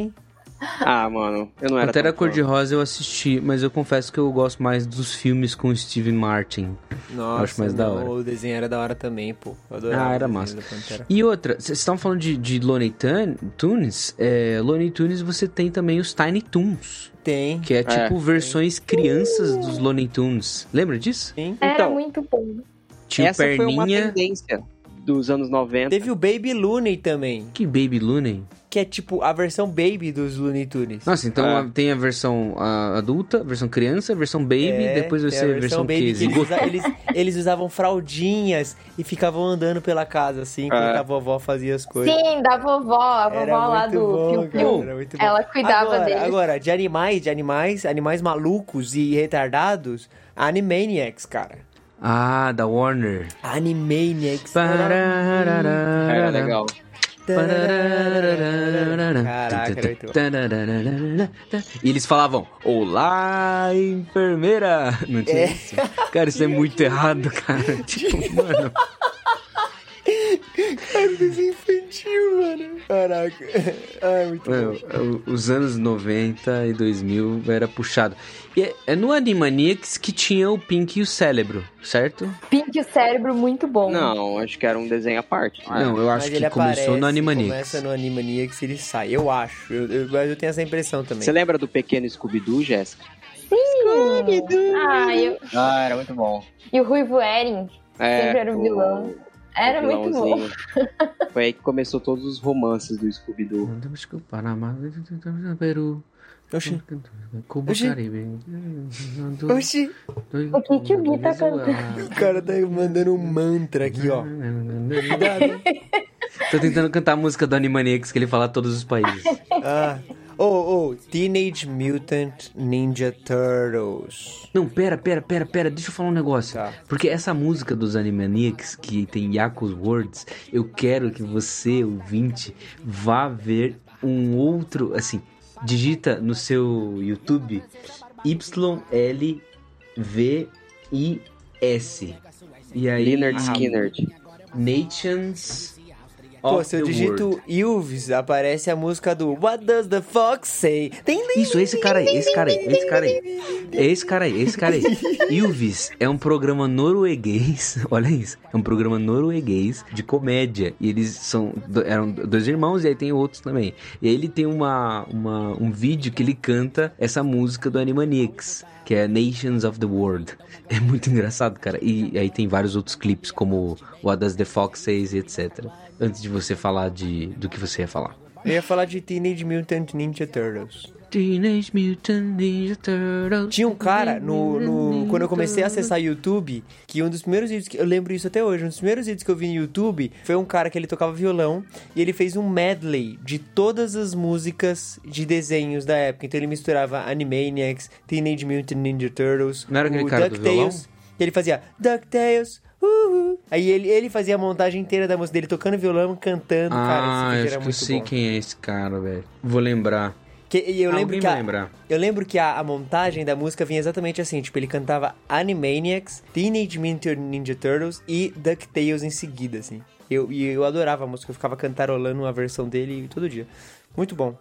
J: diferentes. Ah, mano, eu não era
I: Pantera
J: tão fã.
I: Cor-de-Rosa eu assisti, mas eu confesso que eu gosto mais dos filmes com o Steve Martin.
A: Nossa,
I: Acho mais da
A: não,
I: hora.
A: O desenho era da hora também, pô. Eu adorava
I: Ah, era
A: o desenho
I: massa.
A: da Pantera.
I: E outra, vocês estavam falando de, de Looney Tun- Tunes. É, Looney Tunes você tem também os Tiny Toons,
A: Tem.
I: que é tipo versões crianças dos
J: Uh!
I: Looney Tunes. Lembra disso?
A: Sim.
H: Era
J: Então,
H: muito bom.
I: Tinha o
J: essa foi uma
I: Perninha. um
J: tendência dos anos 90.
A: Teve o Baby Looney também,
I: Que Baby Looney?
A: que é tipo a versão baby dos Looney Tunes.
I: Nossa, então
J: É.
I: a- tem a versão a, adulta, a versão criança, a versão baby,
A: É,
I: depois vai
A: tem
I: ser a versão, que
A: eles,
I: zigoto.
A: usa- eles, eles usavam fraldinhas e ficavam andando pela casa, assim, enquanto a vovó fazia as coisas.
H: Sim, da vovó, a vovó
A: Era
H: lá
A: muito
H: do
A: bom,
H: Piu
A: cara,
H: Piu.
A: era muito bom.
H: Ela cuidava
A: agora,
H: deles.
A: Agora, de animais, de animais, animais malucos e retardados, Animaniacs, cara.
I: Ah, da Warner.
A: Animaniacs.
J: Era
I: Era
J: legal.
A: Caraca, era muito bom.
I: E eles falavam, olá, enfermeira. Não tinha isso? Cara, isso é muito errado, cara. Tipo, mano,
A: Era um desenho infantil, mano. Caraca. Ai, muito bom.
I: mano, os anos 90 e 2000 era puxado. E é- é no Animaniacs que tinha o Pink e o Cérebro, certo?
H: Pink o cérebro, muito bom.
J: Não, acho que era um desenho à parte. não era?
I: Não, eu acho
A: Mas
I: que
A: ele
I: começou
A: aparece,
I: no Animaniacs.
A: Começa no Animaniacs e ele sai, eu acho. Eu, eu- mas eu tenho essa impressão também.
J: Você lembra do pequeno Scooby-Doo, Jéssica?
H: Ah, e, o-
J: Ah, era muito bom.
H: e o Ruivo Eren
J: É,
H: sempre era o vilão. Era muito bom.
J: bom. Foi aí que começou todos os romances do Scooby-Doo.
I: Peru.
A: Oxi.
I: Cuba,
A: Oxi.
I: Caribe.
A: Oxi,
H: O que que o Gui tá cantando?
A: o cara tá mandando um mantra aqui, ó.
I: Tô tentando cantar a música do Animaniacs que ele fala todos os países.
A: Ah. Oh, oh, Teenage Mutant Ninja Turtles.
I: Não, pera, pera, pera, pera, deixa eu falar um negócio.
A: Tá.
I: Porque essa música dos Animaniacs, que tem Yaku's Words, eu quero que você, ouvinte, vá ver um outro, assim, digita no seu YouTube YLVIS. E aí,
J: Leonard
G: Ah,
J: Skinner.
I: Nations of
A: Pô, se eu
I: the
A: digito
I: World.
A: Ilves, aparece a música do What Does the Fox Say? Tem link.
I: Isso, esse cara aí, esse cara aí, esse cara aí. É esse cara aí, esse cara aí. Ilvis é um programa norueguês, olha isso, é um programa norueguês de comédia. E eles são, do- eram dois irmãos e aí tem outros também. E aí ele tem uma, uma- um vídeo que ele canta essa música do Animaniacs, que é Nations of the World. É muito engraçado, cara. E aí tem vários outros clipes, como What Does the Fox Says, etc. Antes de você falar de, do que você ia falar.
A: Eu ia falar de Teenage Mutant Ninja Turtles.
I: Teenage Mutant Ninja Turtles.
A: Tinha um cara no,
I: Uhum.
A: no- Quando eu comecei a acessar YouTube, que um dos primeiros vídeos que. Eu lembro isso até hoje. Um dos primeiros vídeos que eu vi no YouTube foi um cara que ele tocava violão e ele fez um medley de todas as músicas de desenhos da época. Então ele misturava Animaniacs, Teenage Mutant Ninja Turtles,
I: Não era aquele
A: o
I: cara do
A: DuckTales. E ele fazia DuckTales. Uhul. Aí ele, ele fazia a montagem inteira da música dele tocando violão, cantando, cara. Esse
I: Ah,
A: vídeo
I: eu
A: era
I: acho que eu
A: muito
I: sei
A: bom.
I: quem é esse cara, velho. Vou lembrar.
A: Que- e eu lembro
I: Alguém
A: que
I: vai
A: a-
I: lembrar.
A: Eu lembro que a, a montagem da música vinha exatamente assim, tipo, ele cantava Animaniacs, Teenage Mutant Ninja Turtles e DuckTales em seguida, assim. Eu, e eu adorava a música, eu ficava cantarolando uma versão dele todo dia. Muito bom.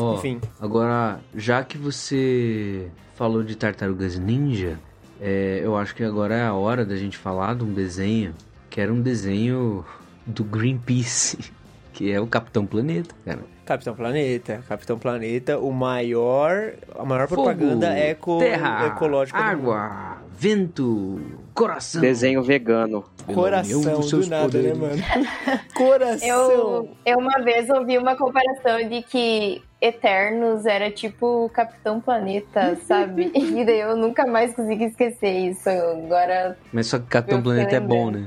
I: Ó,
A: Enfim.
I: Agora, já que você falou de Tartarugas Ninja, é, eu acho que agora é a hora da gente falar de um desenho que era um desenho do Greenpeace, que é o Capitão Planeta, cara.
A: Capitão Planeta, Capitão Planeta, o maior, a maior propaganda
I: Fogo,
A: eco,
I: terra,
A: ecológica do mundo.
I: água, vento, coração.
J: Desenho vegano.
I: União
A: Coração
I: dos
A: do
I: seus
A: nada,
I: poderes.
A: né, mano? Coração.
H: Eu, eu uma vez ouvi uma comparação de que Eternos era tipo o Capitão Planeta, sabe? E daí eu nunca mais consegui esquecer isso. Agora.
I: Mas só que Capitão
H: Eu tô
I: Planeta é bom, né?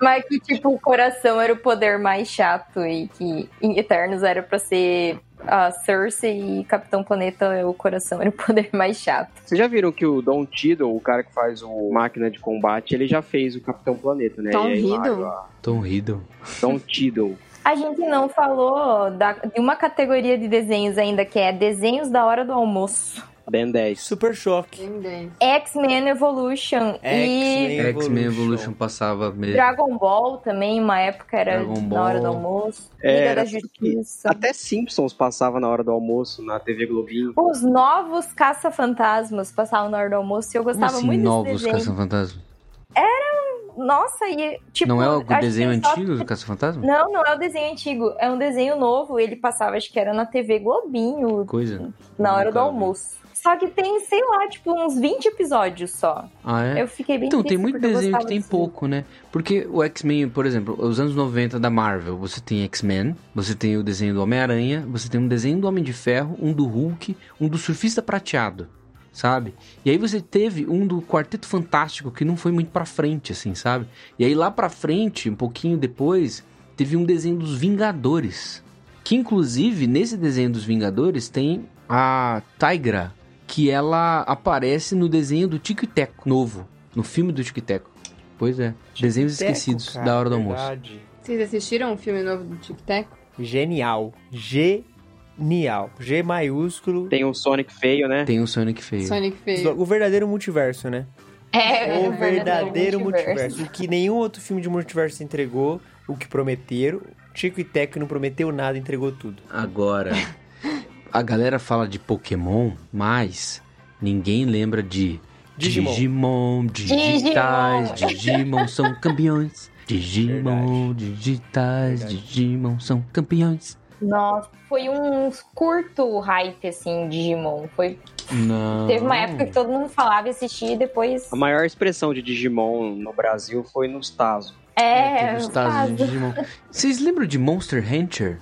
H: Mas que tipo o coração era o poder mais chato e que em Eternos era pra ser a Cersei e Capitão Planeta o coração era o poder mais chato.
J: Vocês já viram que o Don Tiddle, o cara que faz o Máquina de Combate, ele já fez o Capitão Planeta, né?
G: Tom
J: E é hilário,
G: Riddle?
J: ah,
I: Tom Riddle.
J: Don Tiddle.
H: A gente não falou da- de uma categoria de desenhos ainda que é desenhos da hora do almoço.
J: Ben 10.
A: Super choque.
G: Tem 10.
H: X-Men Evolution e
A: X-Men
I: X-Men Evolution passava mesmo.
H: Dragon Ball também, uma época era
I: Dragon
H: na hora do
I: Ball.
H: almoço.
J: É,
H: Liga
J: era
H: da Justiça.
J: Até Simpsons passava na hora do almoço na TV Globinho.
H: Os novos caça-fantasmas passavam na hora do almoço e eu
I: Como
H: gostava
I: assim,
H: muito
I: novos
H: desse desenho.
I: Caça-Fantasmas?
H: Nossa, e tipo.
I: Não é o
H: acho que
I: desenho
H: só-
I: antigo do Caça-Fantasma?
H: Não, não é o desenho antigo. É um desenho novo. Ele passava, acho que era na TV Globinho,
I: Coisa.
H: na hora do
I: Nunca vi.
H: almoço. Só que tem, sei lá, tipo, uns 20 episódios só.
I: Ah, é?
H: Eu fiquei bem
I: Então, tem
H: triste
I: muito
H: porque eu
I: desenho que
H: gostava
I: tem
H: desse-
I: pouco, né? Porque o X-Men, por exemplo, os anos 90 da Marvel, você tem X-Men, você tem o desenho do Homem-Aranha, você tem um desenho do Homem de Ferro, um do Hulk, um do Surfista Prateado, sabe? E aí você teve um do Quarteto Fantástico que não foi muito pra frente, assim, sabe? E aí lá pra frente, um pouquinho depois, teve um desenho dos Vingadores. Que inclusive, nesse desenho dos Vingadores, tem a Tigra, que ela aparece no desenho do Tico e Teco novo, no filme do Tico e Teco. Pois é, desenhos esquecidos da hora do almoço.
G: Vocês assistiram um filme novo do Tic Tac?
A: Genial. Genial. G maiúsculo.
J: Tem o Sonic feio, né?
I: Tem o Sonic feio.
G: Sonic feio.
A: O verdadeiro multiverso, né?
H: É,
A: O verdadeiro multiverso. O que nenhum outro filme de multiverso entregou, o que prometeram. Chico e Teco não prometeu nada, entregou tudo.
I: Agora, a galera fala de Pokémon, mas ninguém lembra de
A: Digimon.
I: Digimon, digitais, Digimon são campeões. Digimon, digitais,
A: Verdade.
I: Digimon são campeões.
H: Nossa, foi um curto hype, assim, de Digimon. Foi,
I: Não.
H: teve uma época que todo mundo falava e assistia e depois.
J: A maior expressão de Digimon no Brasil foi nos Tazo.
H: É,
I: Teve os
H: eu
I: tazos de
H: faço.
I: Digimon. Vocês lembram de Monster Rancher?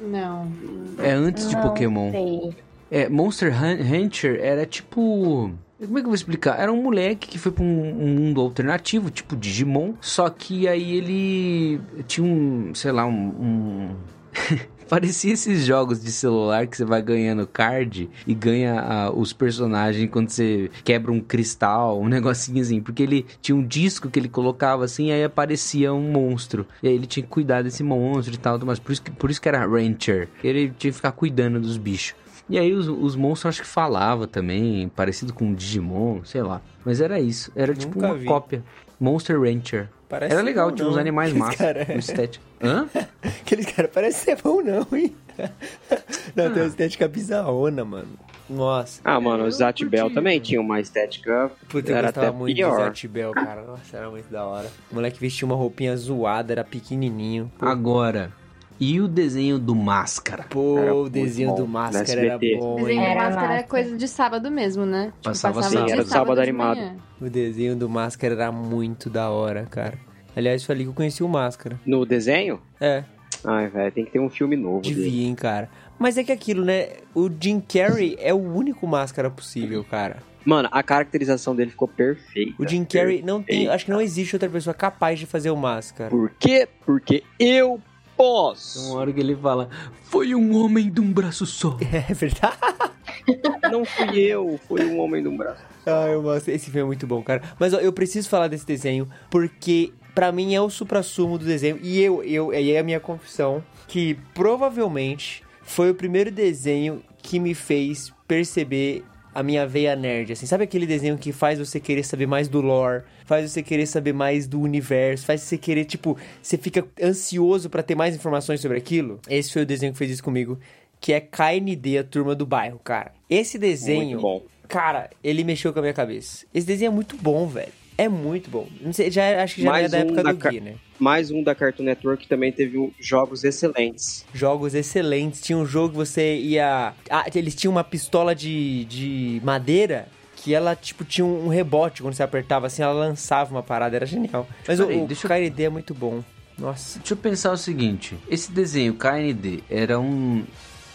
G: Não.
I: É antes de
H: Não
I: Pokémon.
H: sei.
I: É, Monster Han- Rancher era tipo Como é que eu vou explicar? Era um moleque que foi pra um, um mundo alternativo, tipo Digimon, só que aí ele tinha um, sei lá, um. um... Parecia esses jogos de celular que você vai ganhando card e ganha ah, os personagens quando você quebra um cristal, um negocinho assim. Porque ele tinha um disco que ele colocava assim, aí aparecia um monstro. E aí ele tinha que cuidar desse monstro e tal, mas por isso que, por isso que era Rancher. Ele tinha que ficar cuidando dos bichos. E aí os, os monstros acho que falava também, parecido com o Digimon, sei lá. Mas era isso, era tipo
A: Nunca
I: uma
A: vi.
I: cópia. Monster Rancher.
A: Parece
I: era legal,
A: bom,
I: tinha uns
A: não.
I: animais
A: Esse
I: massa,
A: cara é-
I: uma estética. Hã?
A: Aqueles caras parecem ser bom, não, hein? Não, tem uma estética bizarrona, mano. Nossa.
J: Ah, mano, o Zat Bell também tinha uma estética.
A: Puta, eu
J: era
A: gostava
J: até
A: muito do
J: pior.
A: Zatibel, cara. Nossa, era muito da hora. O moleque vestia uma roupinha zoada, era pequenininho.
I: Ah, Agora, e o desenho do Máscara?
A: Pô,
J: Era
A: o
J: muito
A: desenho
J: bom.
A: do
J: No
A: Máscara era
J: SBT.
A: bom,
G: Desenho
A: hein?
G: de
H: Era
G: máscara
H: massa.
G: era coisa de sábado mesmo, né? Tipo,
I: Passava
J: sábado.
G: de
J: Era sábado
G: de
J: animado.
G: manhã.
A: O desenho do Máscara era muito da hora, cara. Aliás, foi ali que eu conheci o Máscara.
J: No desenho?
A: É,
J: Ai, velho, tem que ter um filme novo. dele.
A: devia, hein, cara. Mas é que aquilo, né? O Jim Carrey é o único Máscara possível, cara.
J: Mano, a caracterização dele ficou perfeita.
A: O Jim Carrey não tem...
J: Perfeita.
A: Acho que não existe outra pessoa capaz de fazer o Máscara.
J: Por quê? Porque eu
I: Tem
J: posso.
I: uma hora que ele fala, foi um homem de um braço só.
A: É verdade. é.
J: Não fui eu, foi um homem do braço.
A: Ai, eu gosto. Esse filme é muito bom, cara. Mas ó, eu preciso falar desse desenho porque pra mim é o suprassumo do desenho e eu eu aí é a minha confissão que provavelmente foi o primeiro desenho que me fez perceber a minha veia nerd, assim, sabe aquele desenho que faz você querer saber mais do lore, faz você querer saber mais do universo, faz você querer, tipo, você fica ansioso pra ter mais informações sobre aquilo? Esse foi o desenho que fez isso comigo, que é KND, a turma do bairro, cara. Esse desenho,
J: Muito bom.
A: Cara, ele mexeu com a minha cabeça. Esse desenho é muito bom, velho. É muito bom. Não sei, já, acho que já
J: Mais
A: é da
J: um
A: época
J: da
A: do
J: ca-
A: Gui, né?
J: Mais um da Cartoon Network que também teve um- jogos excelentes.
A: Jogos excelentes. Tinha um jogo que você ia. Ah, eles tinham uma pistola de, de madeira que ela, tipo, tinha um rebote quando você apertava assim, ela lançava uma parada. Era genial. Mas
I: Peraí,
A: o, o
I: deixa eu-
A: KND é muito bom. Nossa.
I: Deixa eu pensar o seguinte, esse desenho, KND, era um...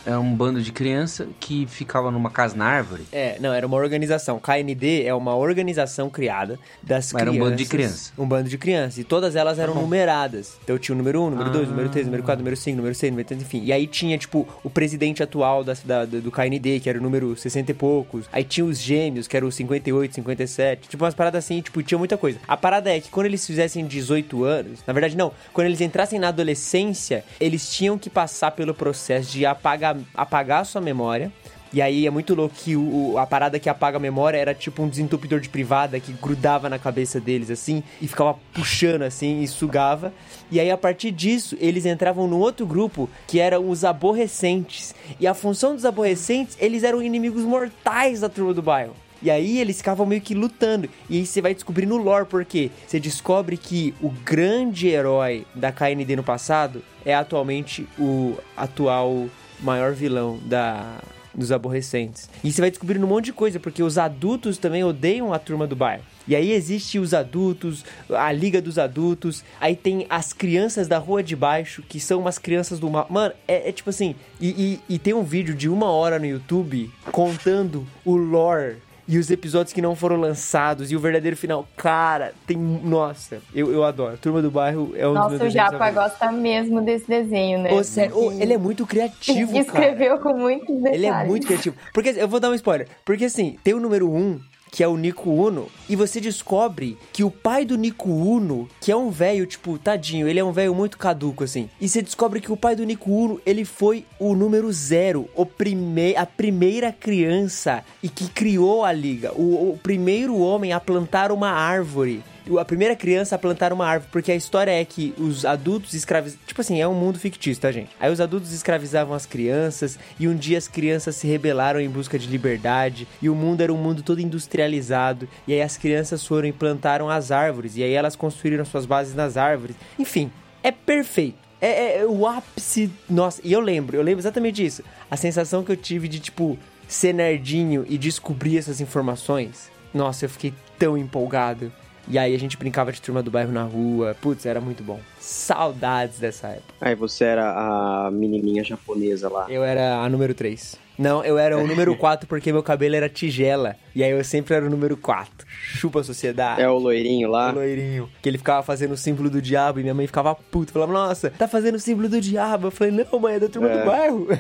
I: Era um bando de criança que ficava numa casa na árvore.
A: É, não, era uma organização. KND é uma organização criada das
I: Mas era um
A: crianças.
I: bando de Tá crianças.
A: Um bando de crianças. E todas elas eram numeradas. Então tinha o número 1, número 2,
I: Ah.
A: número 3, número 4, número 5, número 6, número 3, enfim. E aí tinha, tipo, o presidente atual da, da- do KND, que era o número 60 e poucos. Aí tinha os gêmeos, que eram o 58, 57. Tipo, umas paradas assim, tipo, tinha muita coisa. A parada é que quando eles fizessem 18 anos, na verdade não, quando eles entrassem na adolescência, eles tinham que passar pelo processo de apagar, apagar a sua memória. E aí é muito louco que o, o- a parada que apaga a memória era tipo um desentupidor de privada que grudava na cabeça deles assim e ficava puxando assim e sugava. E aí a partir disso eles entravam num outro grupo que eram os aborrecentes. E a função dos aborrecentes, eles eram inimigos mortais da turma do bairro. E aí eles ficavam meio que lutando. E aí você vai descobrindo o lore, porque você descobre que o grande herói da KND no passado é atualmente o atual maior vilão da dos aborrecentes. E você vai descobrindo um monte de coisa, porque os adultos também odeiam a turma do bairro. E aí existe os adultos, a liga dos adultos, aí tem as crianças da rua de baixo, que são umas crianças do mal. Mano, é, é tipo assim, e, e- e tem um vídeo de uma hora no YouTube contando o lore e os episódios que não foram lançados e o verdadeiro final. Cara, tem. Nossa, eu, eu adoro. Turma do Bairro é um dos
H: Nossa, o
A: meus desenhos
H: Japa gosta mesmo desse desenho, né?
A: Ô, sério, ô, ele é muito criativo,
H: E
A: cara.
H: escreveu com muito detalhe.
A: Ele é muito criativo. Porque assim, eu vou dar um spoiler. Porque assim, tem o número 1, um, que é o Nico Uno, e você descobre que o pai do Nico Uno, que é um velho, tipo, tadinho, ele é um velho muito caduco, assim. E você descobre que o pai do Nico Uno, ele foi o número zero, o prime a primeira criança e que criou a liga. O, o primeiro homem a plantar uma árvore. A primeira criança a plantar uma árvore, porque a história é que os adultos escravizavam. Tipo assim, é um mundo fictício, tá, gente? Aí os adultos escravizavam as crianças, e um dia as crianças se rebelaram em busca de liberdade, e o mundo era um mundo todo industrializado, e aí as crianças foram e plantaram as árvores, e aí elas construíram suas bases nas árvores. Enfim, é perfeito. É, é- é o ápice. Nossa, e eu lembro, eu lembro exatamente disso. A sensação que eu tive de, tipo, ser nerdinho e descobrir essas informações. Nossa, eu fiquei tão empolgado. E aí a gente brincava de turma do bairro na rua. Putz, era muito bom. Saudades dessa época. É.
J: Aí você era a menininha japonesa lá.
A: Eu era a número 3. Não, eu era o número 4 porque meu cabelo era tigela. E aí eu sempre era o número 4. Chupa a sociedade.
J: É o loirinho lá.
A: O loirinho. Que ele ficava fazendo o símbolo do diabo e minha mãe ficava puta. Falava, nossa, tá fazendo o símbolo do diabo. Eu falei, não, mãe, é da turma do bairro.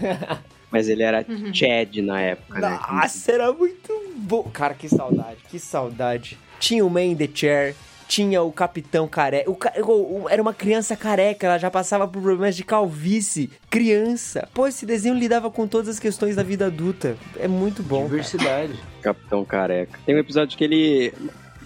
J: Mas ele era Chad na época, né?
A: Nossa, era muito bom. Cara, que saudade, que saudade. Tinha o Man in the Chair, tinha o Capitão Careca. O ca- o- o- Era uma criança careca, ela já passava por problemas de calvície. Criança. Pô, esse desenho lidava com todas as questões da vida adulta. É muito bom. cara.
I: Diversidade.
J: Capitão Careca. Tem um episódio que ele.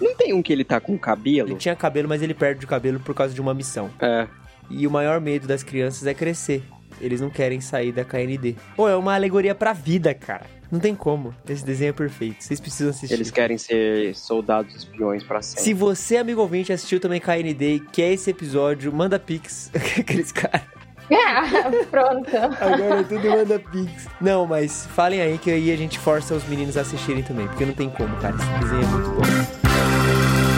J: Não tem um que ele tá com
A: Ele
J: cabelo?
A: tinha cabelo, mas ele perde o cabelo por causa de uma missão.
J: É.
A: E o maior medo das crianças é crescer. Eles não querem sair da KND. Pô, é uma alegoria pra vida, cara. Não tem como. Esse desenho é perfeito. Vocês precisam assistir.
J: Eles querem ser soldados espiões pra sempre.
A: Se você, amigo ouvinte, assistiu também KND e quer é esse episódio, manda pix. Aqueles caras.
H: Pronto.
A: Agora é tudo manda pix. Não, mas falem aí que aí a gente força os meninos a assistirem também. Porque não tem como, cara. Esse desenho é muito bom.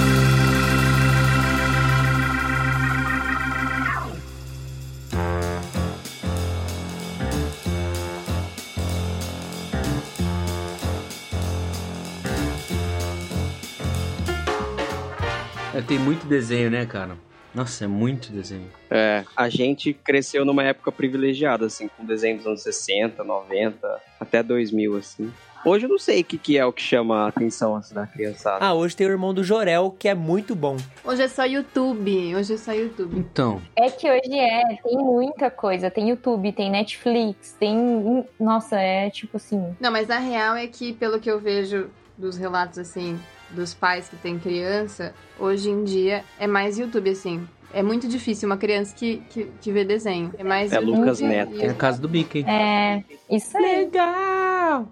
I: É, tem muito desenho, né, cara? Nossa, é muito desenho.
J: É. A gente cresceu numa época privilegiada, assim, com desenho dos anos 60, 90, até 2000, assim. Hoje eu não sei o que, que é o que chama a atenção assim, da criançada.
A: Ah, hoje tem o irmão do Jorel, que é muito bom.
G: Hoje é só YouTube. Hoje é só YouTube.
I: Então,
H: É que hoje é, tem muita coisa. Tem YouTube, tem Netflix, tem. Nossa, é tipo assim.
G: Não, mas a real é que, pelo que eu vejo dos relatos, assim, dos pais que têm criança, hoje em dia é mais YouTube, assim. É muito difícil uma criança que, que, que vê desenho. É mais
J: É
G: YouTube
J: Lucas
G: e-
J: Neto.
I: é a casa do Bico, hein?
H: É. Isso aí.
A: Legal!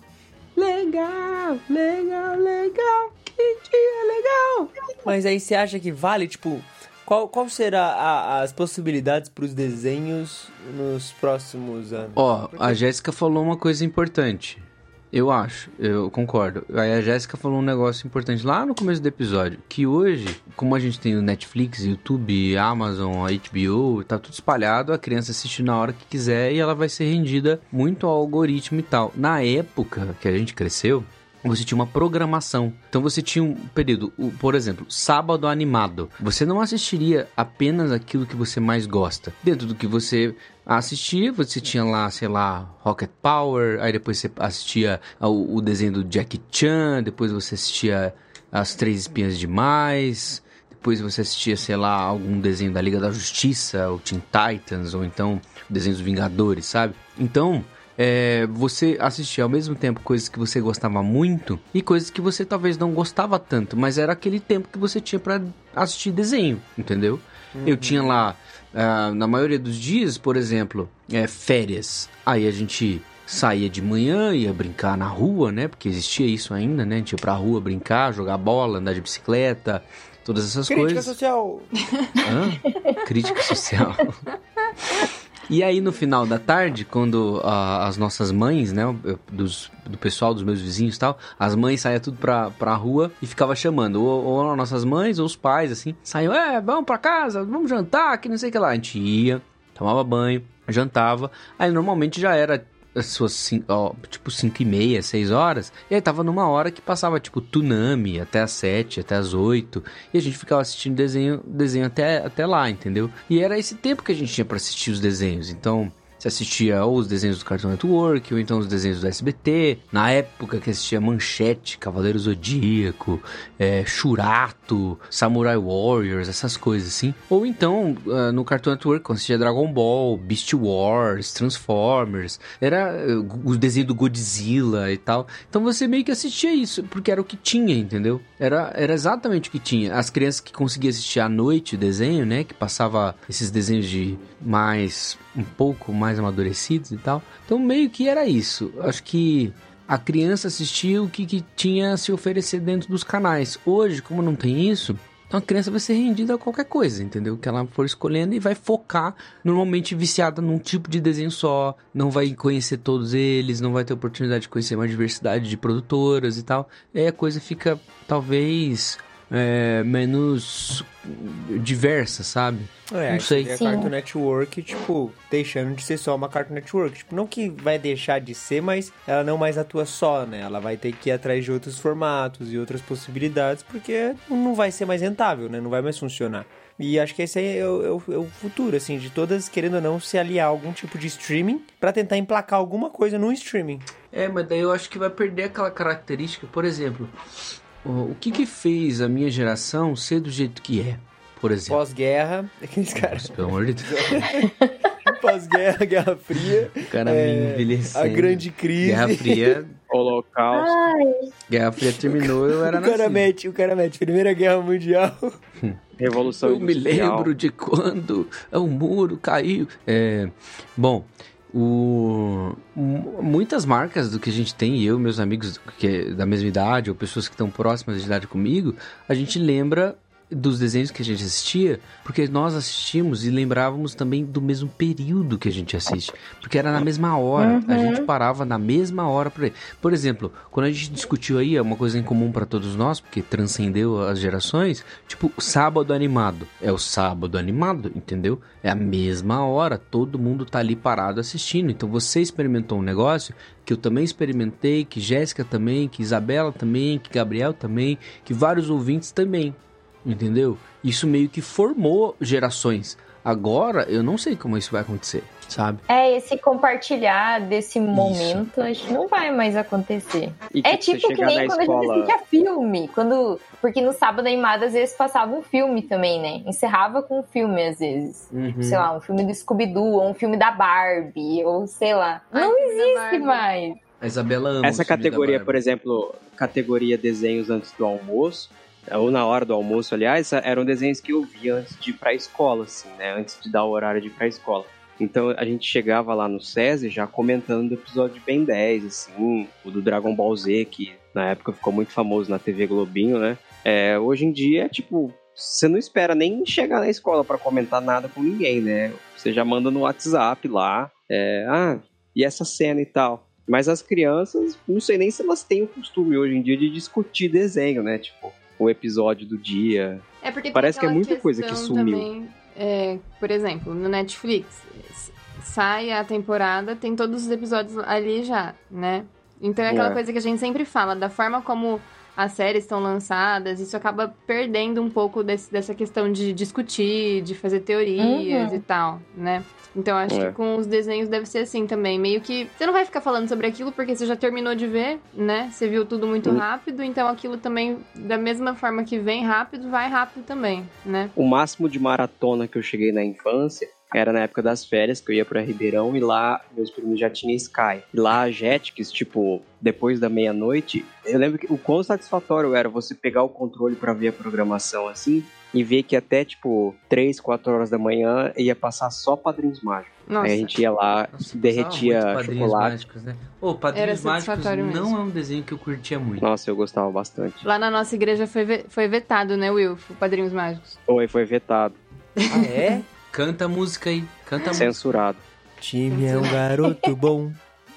A: Legal, legal, legal, que dia legal! Mas aí você acha que vale, tipo, qual, qual será a- as possibilidades para os desenhos nos próximos anos?
I: Ó, a Jéssica falou uma coisa importante. Eu acho, eu concordo. Aí a Jéssica falou um negócio importante lá no começo do episódio, que hoje, como a gente tem o Netflix, YouTube, Amazon, a HBO, tá tudo espalhado, a criança assiste na hora que quiser e ela vai ser rendida muito ao algoritmo e tal. Na época que a gente cresceu, você tinha uma programação. Então você tinha um período, o- por exemplo, sábado animado. Você não assistiria apenas aquilo que você mais gosta. Dentro do que você assistia, você tinha lá, sei lá, Rocket Power, aí depois você assistia ao- o desenho do Jack Chan, depois você assistia As Três Espinhas Demais, depois você assistia, sei lá, algum desenho da Liga da Justiça, ou Teen Titans, ou então desenhos dos Vingadores, sabe? Então, é, você assistia ao mesmo tempo coisas que você gostava muito e coisas que você talvez não gostava tanto, mas era aquele tempo que você tinha pra assistir desenho, entendeu? Uhum. Eu tinha lá, ah, na maioria dos dias, por exemplo, é, férias. Aí a gente saía de manhã, ia brincar na rua, né? Porque existia isso ainda, né? A gente ia pra rua brincar, jogar bola, andar de bicicleta, todas essas
A: Crítica
I: coisas.
A: social!
I: Hã? Crítica social. E aí, no final da tarde, quando ah, as nossas mães, né, eu- dos, do pessoal, dos meus vizinhos e tal, as mães saíam tudo pra, pra rua e ficava chamando, ou, ou as nossas mães ou os pais, assim, saíam, é, vamos pra casa, vamos jantar, que não sei o que lá. A gente ia, tomava banho, jantava, aí normalmente já era as suas, cin- ó, tipo, 5 e meia, 6 horas, e aí tava numa hora que passava, tipo, Tsunami, até as 7, até as 8, e a gente ficava assistindo desenho, desenho até, até lá, entendeu? E era esse tempo que a gente tinha pra assistir os desenhos. Então, você assistia ou os desenhos do Cartoon Network, ou então os desenhos do SBT. Na época que assistia Manchete, Cavaleiro Zodíaco, é, Churato, Samurai Warriors, essas coisas assim. Ou então, ah, no Cartoon Network, quando assistia Dragon Ball, Beast Wars, Transformers. Era eh, o desenho do Godzilla e tal. Então você meio que assistia isso, porque era o que tinha, entendeu? Era, era exatamente o que tinha. As crianças que conseguiam assistir à noite o desenho, né? Que passava esses desenhos de mais. um pouco mais amadurecidos e tal. Então meio que era isso. Acho que. A criança assistia o que, que tinha a se oferecer dentro dos canais. Hoje, como não tem isso, então a criança vai ser rendida a qualquer coisa, entendeu? Que ela for escolhendo e vai focar normalmente viciada num tipo de desenho só, não vai conhecer todos eles, não vai ter oportunidade de conhecer uma diversidade de produtoras e tal. E aí a coisa fica talvez é, menos diversa, sabe?
A: É,
I: não sei.
A: seria
H: Sim.
A: Cartoon Network, tipo, deixando de ser só uma Cartoon Network. Tipo, não que vai deixar de ser, mas ela não mais atua só, né? Ela vai ter que ir atrás de outros formatos e outras possibilidades, porque não vai ser mais rentável, né? Não vai mais funcionar. E acho que esse aí é o, é o- é o futuro, assim, de todas, querendo ou não, se aliar a algum tipo de streaming pra tentar emplacar alguma coisa no streaming.
I: É, mas daí eu acho que vai perder aquela característica. Por exemplo, o o que que fez a minha geração ser do jeito que é? Por exemplo.
A: Pós-guerra, aqueles caras.
I: Pelo amor de Deus.
A: Pós-guerra, Guerra Fria,
I: O cara
A: É,
I: me envelhecendo.
A: a grande crise.
I: Guerra Fria.
J: Holocausto.
I: Guerra Fria terminou, eu era
A: o cara
I: nascido.
A: mete, o cara mete. Primeira Guerra Mundial.
J: Revolução
I: Eu me
J: Industrial.
I: lembro de quando é, o muro caiu. É, bom, o, mu- muitas marcas do que a gente tem, eu, meus amigos que é da mesma idade, ou pessoas que estão próximas de idade comigo, a gente lembra dos desenhos que a gente assistia, porque nós assistimos e lembrávamos também do mesmo período que a gente assiste, porque era na mesma hora, a gente parava na mesma hora por aí. Por exemplo, quando a gente discutiu aí, é uma coisa em comum pra todos nós, porque transcendeu as gerações, tipo, sábado animado. É o sábado animado, entendeu? É a mesma hora, todo mundo tá ali parado assistindo. Então você experimentou um negócio que eu também experimentei, que Jéssica também, que Isabela também, que Gabriel também, que vários ouvintes também. Entendeu? Isso meio que formou gerações. Agora, eu não sei como isso vai acontecer, sabe?
H: É, esse compartilhar desse momento, acho que não vai mais acontecer.
J: E,
H: É
J: você
H: tipo que
J: chegar
H: nem
J: na
H: quando a gente assistia filme. Quando... Porque no sábado animado, às vezes, passava um filme também, né? Encerrava com um filme, às vezes.
I: Hum.
H: Sei lá, um filme do Scooby-Doo, ou um filme da Barbie, ou sei lá. Não existe mais.
I: A Isabela ama
J: Essa
I: o filme da
J: categoria,
I: Barbie.
J: por exemplo, categoria desenhos antes do almoço, é, ou na hora do almoço, aliás, é, eram desenhos que eu via antes de ir pra escola, assim, né? Antes de dar o horário de ir pra escola. Então a gente chegava lá no SESI já comentando do episódio de Ben 10, assim, o do Dragon Ball Z, que na época ficou muito famoso na TV Globinho, né? É, hoje em dia, tipo, você não espera nem chegar na escola pra comentar nada com ninguém, né? Você já manda no WhatsApp lá, é, ah, e essa cena e tal. Mas as crianças, não sei nem se elas têm o costume hoje em dia de discutir desenho, né? Tipo, o episódio do dia.
G: É porque tem
J: Parece que é
G: aquela
J: muita coisa que
G: questão
J: sumiu.
G: também, é, por exemplo, no Netflix, s- sai a temporada, tem todos os episódios ali já, né? Então é aquela
J: É.
G: coisa que a gente sempre fala, da forma como as séries estão lançadas, isso acaba perdendo um pouco desse- dessa questão de discutir, de fazer teorias
H: Uhum.
G: e tal, né? Então acho
J: É.
G: que com os desenhos deve ser assim também. Meio que você não vai ficar falando sobre aquilo porque você já terminou de ver, né? Você viu tudo muito
J: Hum.
G: rápido, então aquilo também, da mesma forma que vem rápido, vai rápido também, né?
J: O máximo de maratona que eu cheguei na infância era na época das férias, que eu ia pra Ribeirão e lá meus primos já tinham Sky. E lá a Jetix, tipo, depois da meia-noite, eu lembro que o quão satisfatório era você pegar o controle pra ver a programação assim e ver que até, tipo, 3, 4 horas da manhã ia passar só Padrinhos Mágicos.
G: Nossa.
J: Aí a gente ia lá,
I: Nossa,
J: derretia
I: gostava muito de Padrinhos
J: chocolate.
I: Mágicos, né? Ô,
G: Era
I: Padrinhos Mágicos
G: satisfatório
I: não
G: mesmo.
I: é um desenho que eu curtia muito.
J: Nossa, eu gostava bastante.
G: Lá na nossa igreja foi, ve- foi vetado, né, Will? O Padrinhos Mágicos.
J: Foi, foi vetado,
A: Ah, é?
I: Canta a música aí, canta a música.
J: censurado.
A: Time é um garoto bom,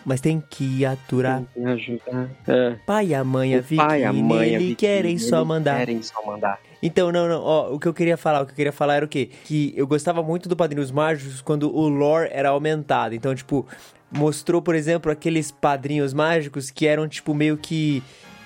A: mas tem que aturar.
J: Me ajudar. É.
A: Pai e a mãe, a
J: O pai, a
A: Vicky,
J: mãe, é a
A: nele
J: Vicky,
A: querem só
J: nele
A: mandar.
J: Querem só mandar.
A: Então, não, não, ó, o que eu queria falar, o que eu queria falar era o quê? Que eu gostava muito do Padrinhos Mágicos quando o lore era aumentado. Então, tipo, mostrou, por exemplo, aqueles padrinhos mágicos que eram, tipo, meio que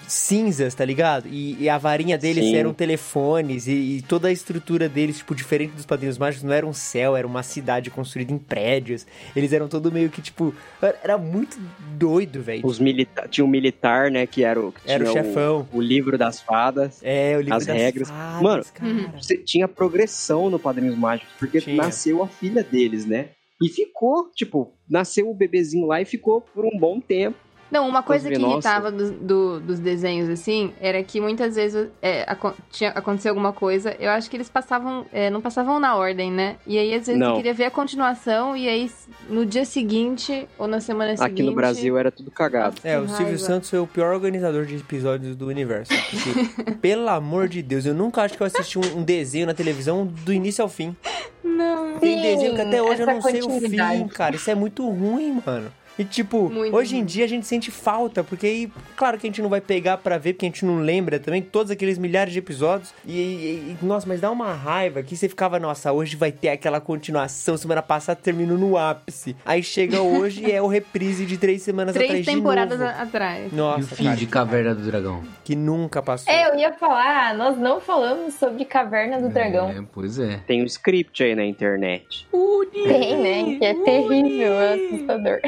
A: cinzas, tá ligado? E, e a varinha deles
J: Sim.
A: eram telefones e, e toda a estrutura deles, tipo, diferente dos padrinhos mágicos, não era um céu, era uma cidade construída em prédios. Eles eram todo meio que, tipo, era- era muito doido, velho.
J: Os milita tinha um militar, né, que era o, que
A: Era o
J: tinha
A: chefão.
J: o livro das fadas.
A: É, o livro
J: As
A: das
J: regras.
A: fadas,
J: Mano,
A: cara.
J: Você tinha progressão no Padrinhos Mágicos, porque
A: Tinha.
J: nasceu a filha deles, né? E ficou, tipo, nasceu o bebezinho lá e ficou por um bom tempo.
G: Não, uma coisa que
J: Inclusive, nossa.
G: irritava dos- do- dos desenhos, assim, era que muitas vezes é, aco- tinha, acontecia alguma coisa, eu acho que eles passavam, é, não passavam na ordem, né? E aí, às vezes,
J: Não.
G: eu queria ver a continuação, e aí, no dia seguinte, ou na semana seguinte...
J: Aqui no Brasil era tudo cagado.
A: É, o
G: Que
A: Silvio
G: raiva.
A: Santos é o pior organizador de episódios do universo. Porque, pelo amor de Deus, eu nunca acho que eu assisti um, um desenho na televisão do início ao fim.
G: Não,
A: Tem
H: Sim,
A: desenho que até hoje eu
H: essa
A: não sei o fim,
H: continuidade.
A: cara. Isso é muito ruim, mano. E, tipo,
G: Muito.
A: hoje em dia a gente sente falta, porque aí, claro que a gente não vai pegar pra ver, porque a gente não lembra também todos aqueles milhares de episódios. E, e- e- nossa, mas dá uma raiva que você ficava, nossa, hoje vai ter aquela continuação. Semana passada terminou no ápice. Aí chega hoje e é o reprise de três semanas
G: Três
A: atrás. de
G: temporadas
A: novo.
G: a- atrás.
I: E o
A: Nossa,
I: fim
A: cara,
I: de Caverna do Dragão.
A: que nunca passou.
H: É, eu ia falar, nós não falamos sobre Caverna do Dragão.
I: É, pois é.
J: Tem um script aí na internet.
H: Tem, né? Que é terrível, é assustador.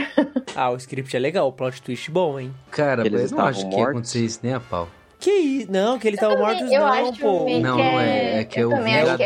A: Ah, o script é legal, o plot twist bom, hein?
I: Cara,
J: Eles
I: mas eu não
J: estavam
I: acho que ia
J: mortos?
I: acontecer isso nem a pau.
A: Que isso? Não, que eles estavam
H: também-
A: Então, mortos
H: eu
A: não,
H: acho
A: pô.
H: meio-
I: Não,
H: que
I: é,
H: é-
I: é que é o
H: eu também acho
I: Vingador.
H: que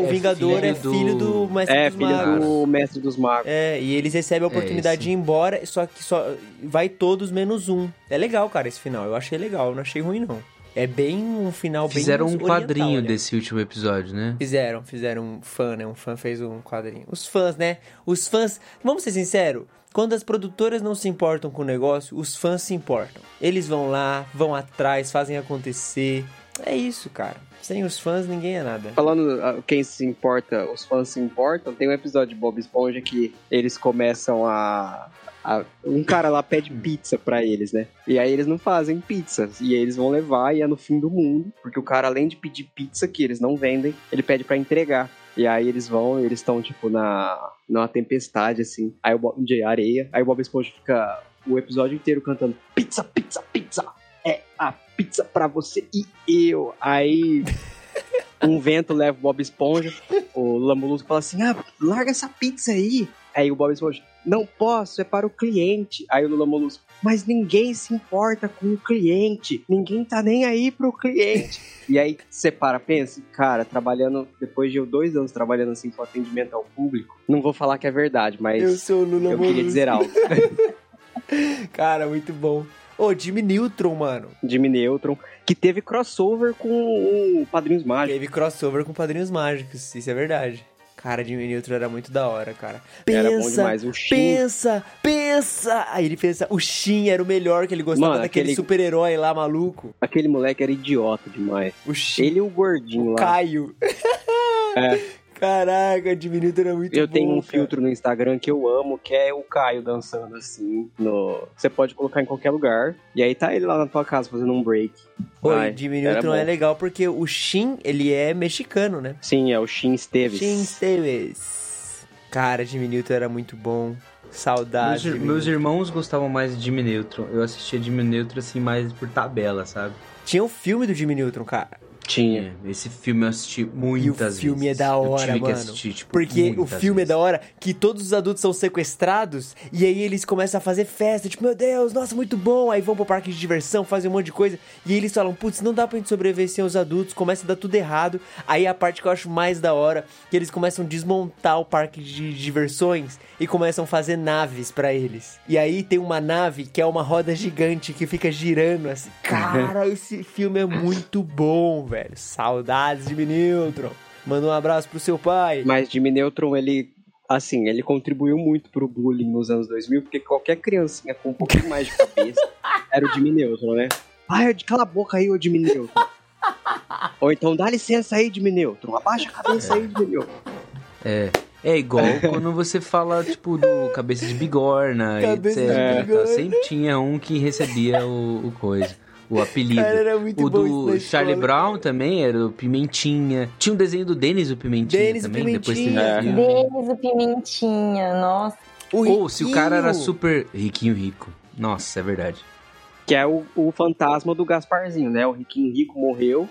H: é
A: O Vingador é filho do Mestre
J: É,
A: dos
J: filho
A: Magos.
J: do Mestre dos Magos.
A: É, e eles recebem a
I: É
A: oportunidade
I: isso.
A: de ir embora, só que só vai todos menos um. É legal, cara, esse final. Eu achei legal, não achei ruim, não. É bem um final
I: Fizeram
A: bem
I: um
A: oriental,
I: quadrinho
A: né?
I: desse último episódio, né?
A: Fizeram, fizeram um fã, né? Um fã fez um quadrinho. Os fãs, né? Os fãs. Vamos ser sinceros. Quando as produtoras não se importam com o negócio, os fãs se importam. Eles vão lá, vão atrás, fazem acontecer. É isso, cara. Sem os fãs, ninguém é nada.
J: Falando ah, quem se importa, os fãs se importam, tem um episódio de Bob Esponja que eles começam a. a- um cara lá pede pizza pra eles, né? E aí eles não fazem pizza. E aí eles vão levar e é no fim do mundo. Porque o cara, além de pedir pizza que eles não vendem, ele pede pra entregar. E aí eles vão, eles estão, tipo, na. numa tempestade, assim. Aí o Bob, de areia. Aí o Bob Esponja fica o episódio inteiro cantando pizza, pizza, pizza. É a pizza pra você e eu. Aí um vento leva o Bob Esponja. O Lambulusco fala assim: ah, larga essa pizza aí. Aí o Bob Esponja: não posso, é para o cliente. Aí o Lambulusco: mas ninguém se importa com o cliente, ninguém tá nem aí pro cliente. E aí você para, pensa, cara, trabalhando, depois de eu dois anos trabalhando assim com atendimento ao público, não vou falar que é verdade, mas eu,
A: sou o Lula
J: queria dizer algo.
A: Cara, muito bom. Ô, Jimmy Neutron, mano.
J: Jimmy Neutron, que teve crossover com o Padrinhos Mágicos.
A: Teve crossover com Padrinhos Mágicos, isso é verdade. Cara, Jimmy Neutron era muito da hora, cara.
J: Era
A: Pensa,
J: bom demais. O Shin,
A: pensa, pensa. Aí ele pensa, o Shin era o melhor, que ele gostava
J: Mano,
A: daquele
J: aquele-
A: super-herói lá, maluco.
J: aquele moleque era idiota demais.
A: O Shin,
J: Ele e o gordinho
A: o
J: lá.
A: Caio. É. Caraca, Jimmy Neutron era muito
J: Eu
A: bom,
J: tenho um
A: cara.
J: filtro no Instagram que eu amo, que é o Caio dançando assim. No... Você pode colocar em qualquer lugar. E aí tá ele lá na tua casa fazendo um break.
A: Oi,
J: Vai,
A: Jimmy
J: era
A: Neutron
J: bom.
A: é legal porque o Shin, ele é mexicano, né?
J: Sim, é o Shin Esteves.
A: Shin Stevens. Cara, Jimmy Neutron era muito bom. Saudade.
I: Meus, ir-
A: Jimmy
I: meus
A: Neutron.
I: irmãos gostavam mais de Jimmy Neutron. Eu assistia Jimmy Neutron assim mais por tabela, sabe?
A: Tinha um filme do Jimmy Neutron, cara.
J: Tinha.
I: Esse filme eu assisti muitas vezes.
A: É. filme é da hora,
I: eu tive
A: mano.
I: Que assistir, tipo,
A: Porque o
I: muitas
A: filme é
I: vezes.
A: da hora que todos os adultos são sequestrados e aí eles começam a fazer festa, tipo, meu Deus, nossa, muito bom. Aí vão pro parque de diversão, fazem um monte de coisa. E eles falam, putz, não dá pra gente sobreviver sem os adultos, começa a dar tudo errado. Aí a parte que eu acho mais da hora, que eles começam a desmontar o parque de diversões e começam a fazer naves pra eles. E aí tem uma nave que é uma roda gigante que fica girando assim.
I: Uhum.
A: Cara, esse filme é muito bom, velho. Saudades de Miniltron. Manda um abraço pro seu pai.
J: Mas Jimmy Neutron, ele. Assim, ele contribuiu muito pro bullying nos anos 2000, porque qualquer criancinha com um pouquinho mais de cabeça era o Jimmy Neutron, né? Ai, cala a boca aí, ô Jimmy Neutron. Ou então, dá licença aí, Jimmy Neutron. Abaixa a cabeça aí, Jimmy Neutron.
I: É igual quando você fala, tipo, do Cabeça de Bigorna,
A: Cabeça de
I: etc.
A: Bigorna.
I: tá, Sempre tinha um que recebia o, o coisa, o apelido.
A: Cara, era muito
I: o
A: bom isso na
I: do Charlie
A: escola.
I: Brown também era o Pimentinha. Tinha um desenho do Denis o Pimentinha
A: Dennis o
I: também. Depois
A: Pimentinha.
I: teve
J: É.
I: o filme.
H: Denis o Pimentinha, nossa.
I: Ou se o cara era
A: Riquinho.
I: super riquinho rico. Nossa, é verdade.
J: Que é o, o fantasma do Gasparzinho, né? O Riquinho Rico morreu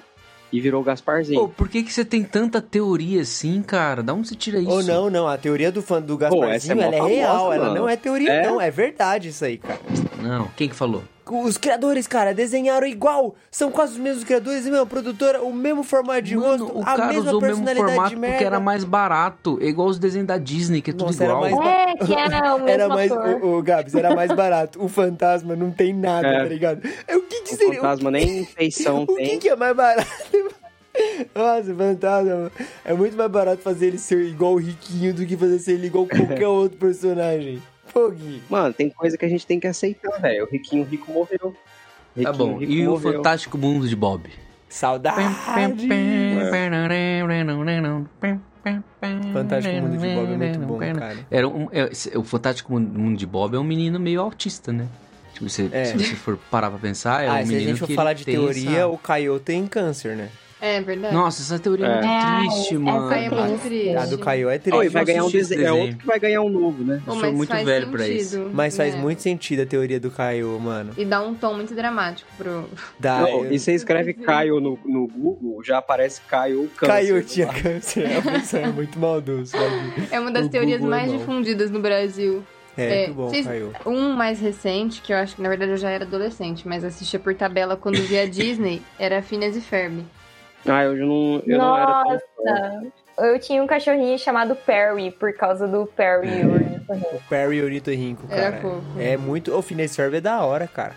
J: e virou Gasparzinho.
I: Pô, por que, que você tem tanta teoria assim, cara? Da onde você tira isso?
A: Ou não, não. A teoria do fã do Gasparzinho,
J: essa é mó
A: ela é
J: famosa,
A: real. Ela
J: mano.
A: não é teoria,
J: É?
A: não. É verdade isso aí, cara.
I: Não. Quem que falou?
A: Os criadores, cara, desenharam igual. São quase os mesmos criadores, a mesma produtora, o mesmo formato de
I: Mano,
A: rosto,
I: o
A: a
I: cara
A: mesma
I: usou o mesmo
A: personalidade
I: formato
A: de
I: porque
A: merda.
I: era mais barato. É igual os desenhos da Disney, que é tudo
A: Nossa, era
I: igual.
A: mais
H: É, que era o mesmo
A: Era mais,
H: ator.
A: o, Gabs, era mais barato. O fantasma não tem nada,
J: É.
A: tá ligado? É, O que que
J: o
A: seria?
J: fantasma nem feição
A: O que,
J: tem.
A: que é mais barato? Nossa, fantasma. É muito mais barato fazer ele ser igual o Riquinho do que fazer ele igual qualquer outro personagem. Pô, Gui.
J: Mano, tem coisa que a gente tem que aceitar, velho. O Riquinho Rico morreu. Riquinho
I: Tá bom.
J: Rico
I: E o
J: morreu.
I: Fantástico Mundo de
A: É.
I: Bob?
A: Saudade. Fantástico Mundo de Bob é muito bom, cara.
I: Era um, é, se- o Fantástico Mundo Mundo de Bob é um menino meio autista, né? Tipo, se,
A: É.
I: se você for parar pra pensar, é
A: ah,
I: um
A: se a
I: menino
A: gente for
I: que
A: falar
I: ele
A: de
I: tem
A: teoria,
I: essa-
A: o Caio tem câncer, né?
G: É verdade.
I: Nossa, essa teoria é, muito
H: É.
I: triste,
H: É,
I: mano.
G: Essa é muito triste.
A: A do Caio é
J: Oi,
A: triste.
J: vai
I: eu
J: ganhar um
I: assisti esse
J: desenho. É
I: desenho.
J: outro que vai ganhar um novo, né?
G: Bom,
I: sou
G: mas
I: muito
G: faz
I: velho pra
G: sentido,
A: Mas faz
G: né?
A: muito sentido a teoria do Caio, mano.
G: E dá um tom muito dramático pro.
A: Dá,
J: Não,
A: Ah, eu-
J: e você escreve Caio no, no Google, já aparece Caio é Câncer. né?
A: Caio tinha câncer. É uma pessoa muito maldoso. sabe?
G: É uma das
A: O
G: teorias
A: Google é
G: mais
A: bom.
G: difundidas no Brasil.
A: É,
G: É,
A: muito bom,
G: vocês-
A: Caio.
G: Um mais recente, que eu acho que na verdade eu já era adolescente, mas assistia por tabela quando via a Disney, era Phineas e Ferb.
J: Ah, eu não, eu não era tão...
H: Nossa. Eu tinha um cachorrinho chamado Perry por causa do Perry.
I: É.
H: Ornitorrinco.
A: O Perry Oritorrinco, cara.
G: Era fofo.
A: É muito. O Phineas e Ferb é da hora, cara.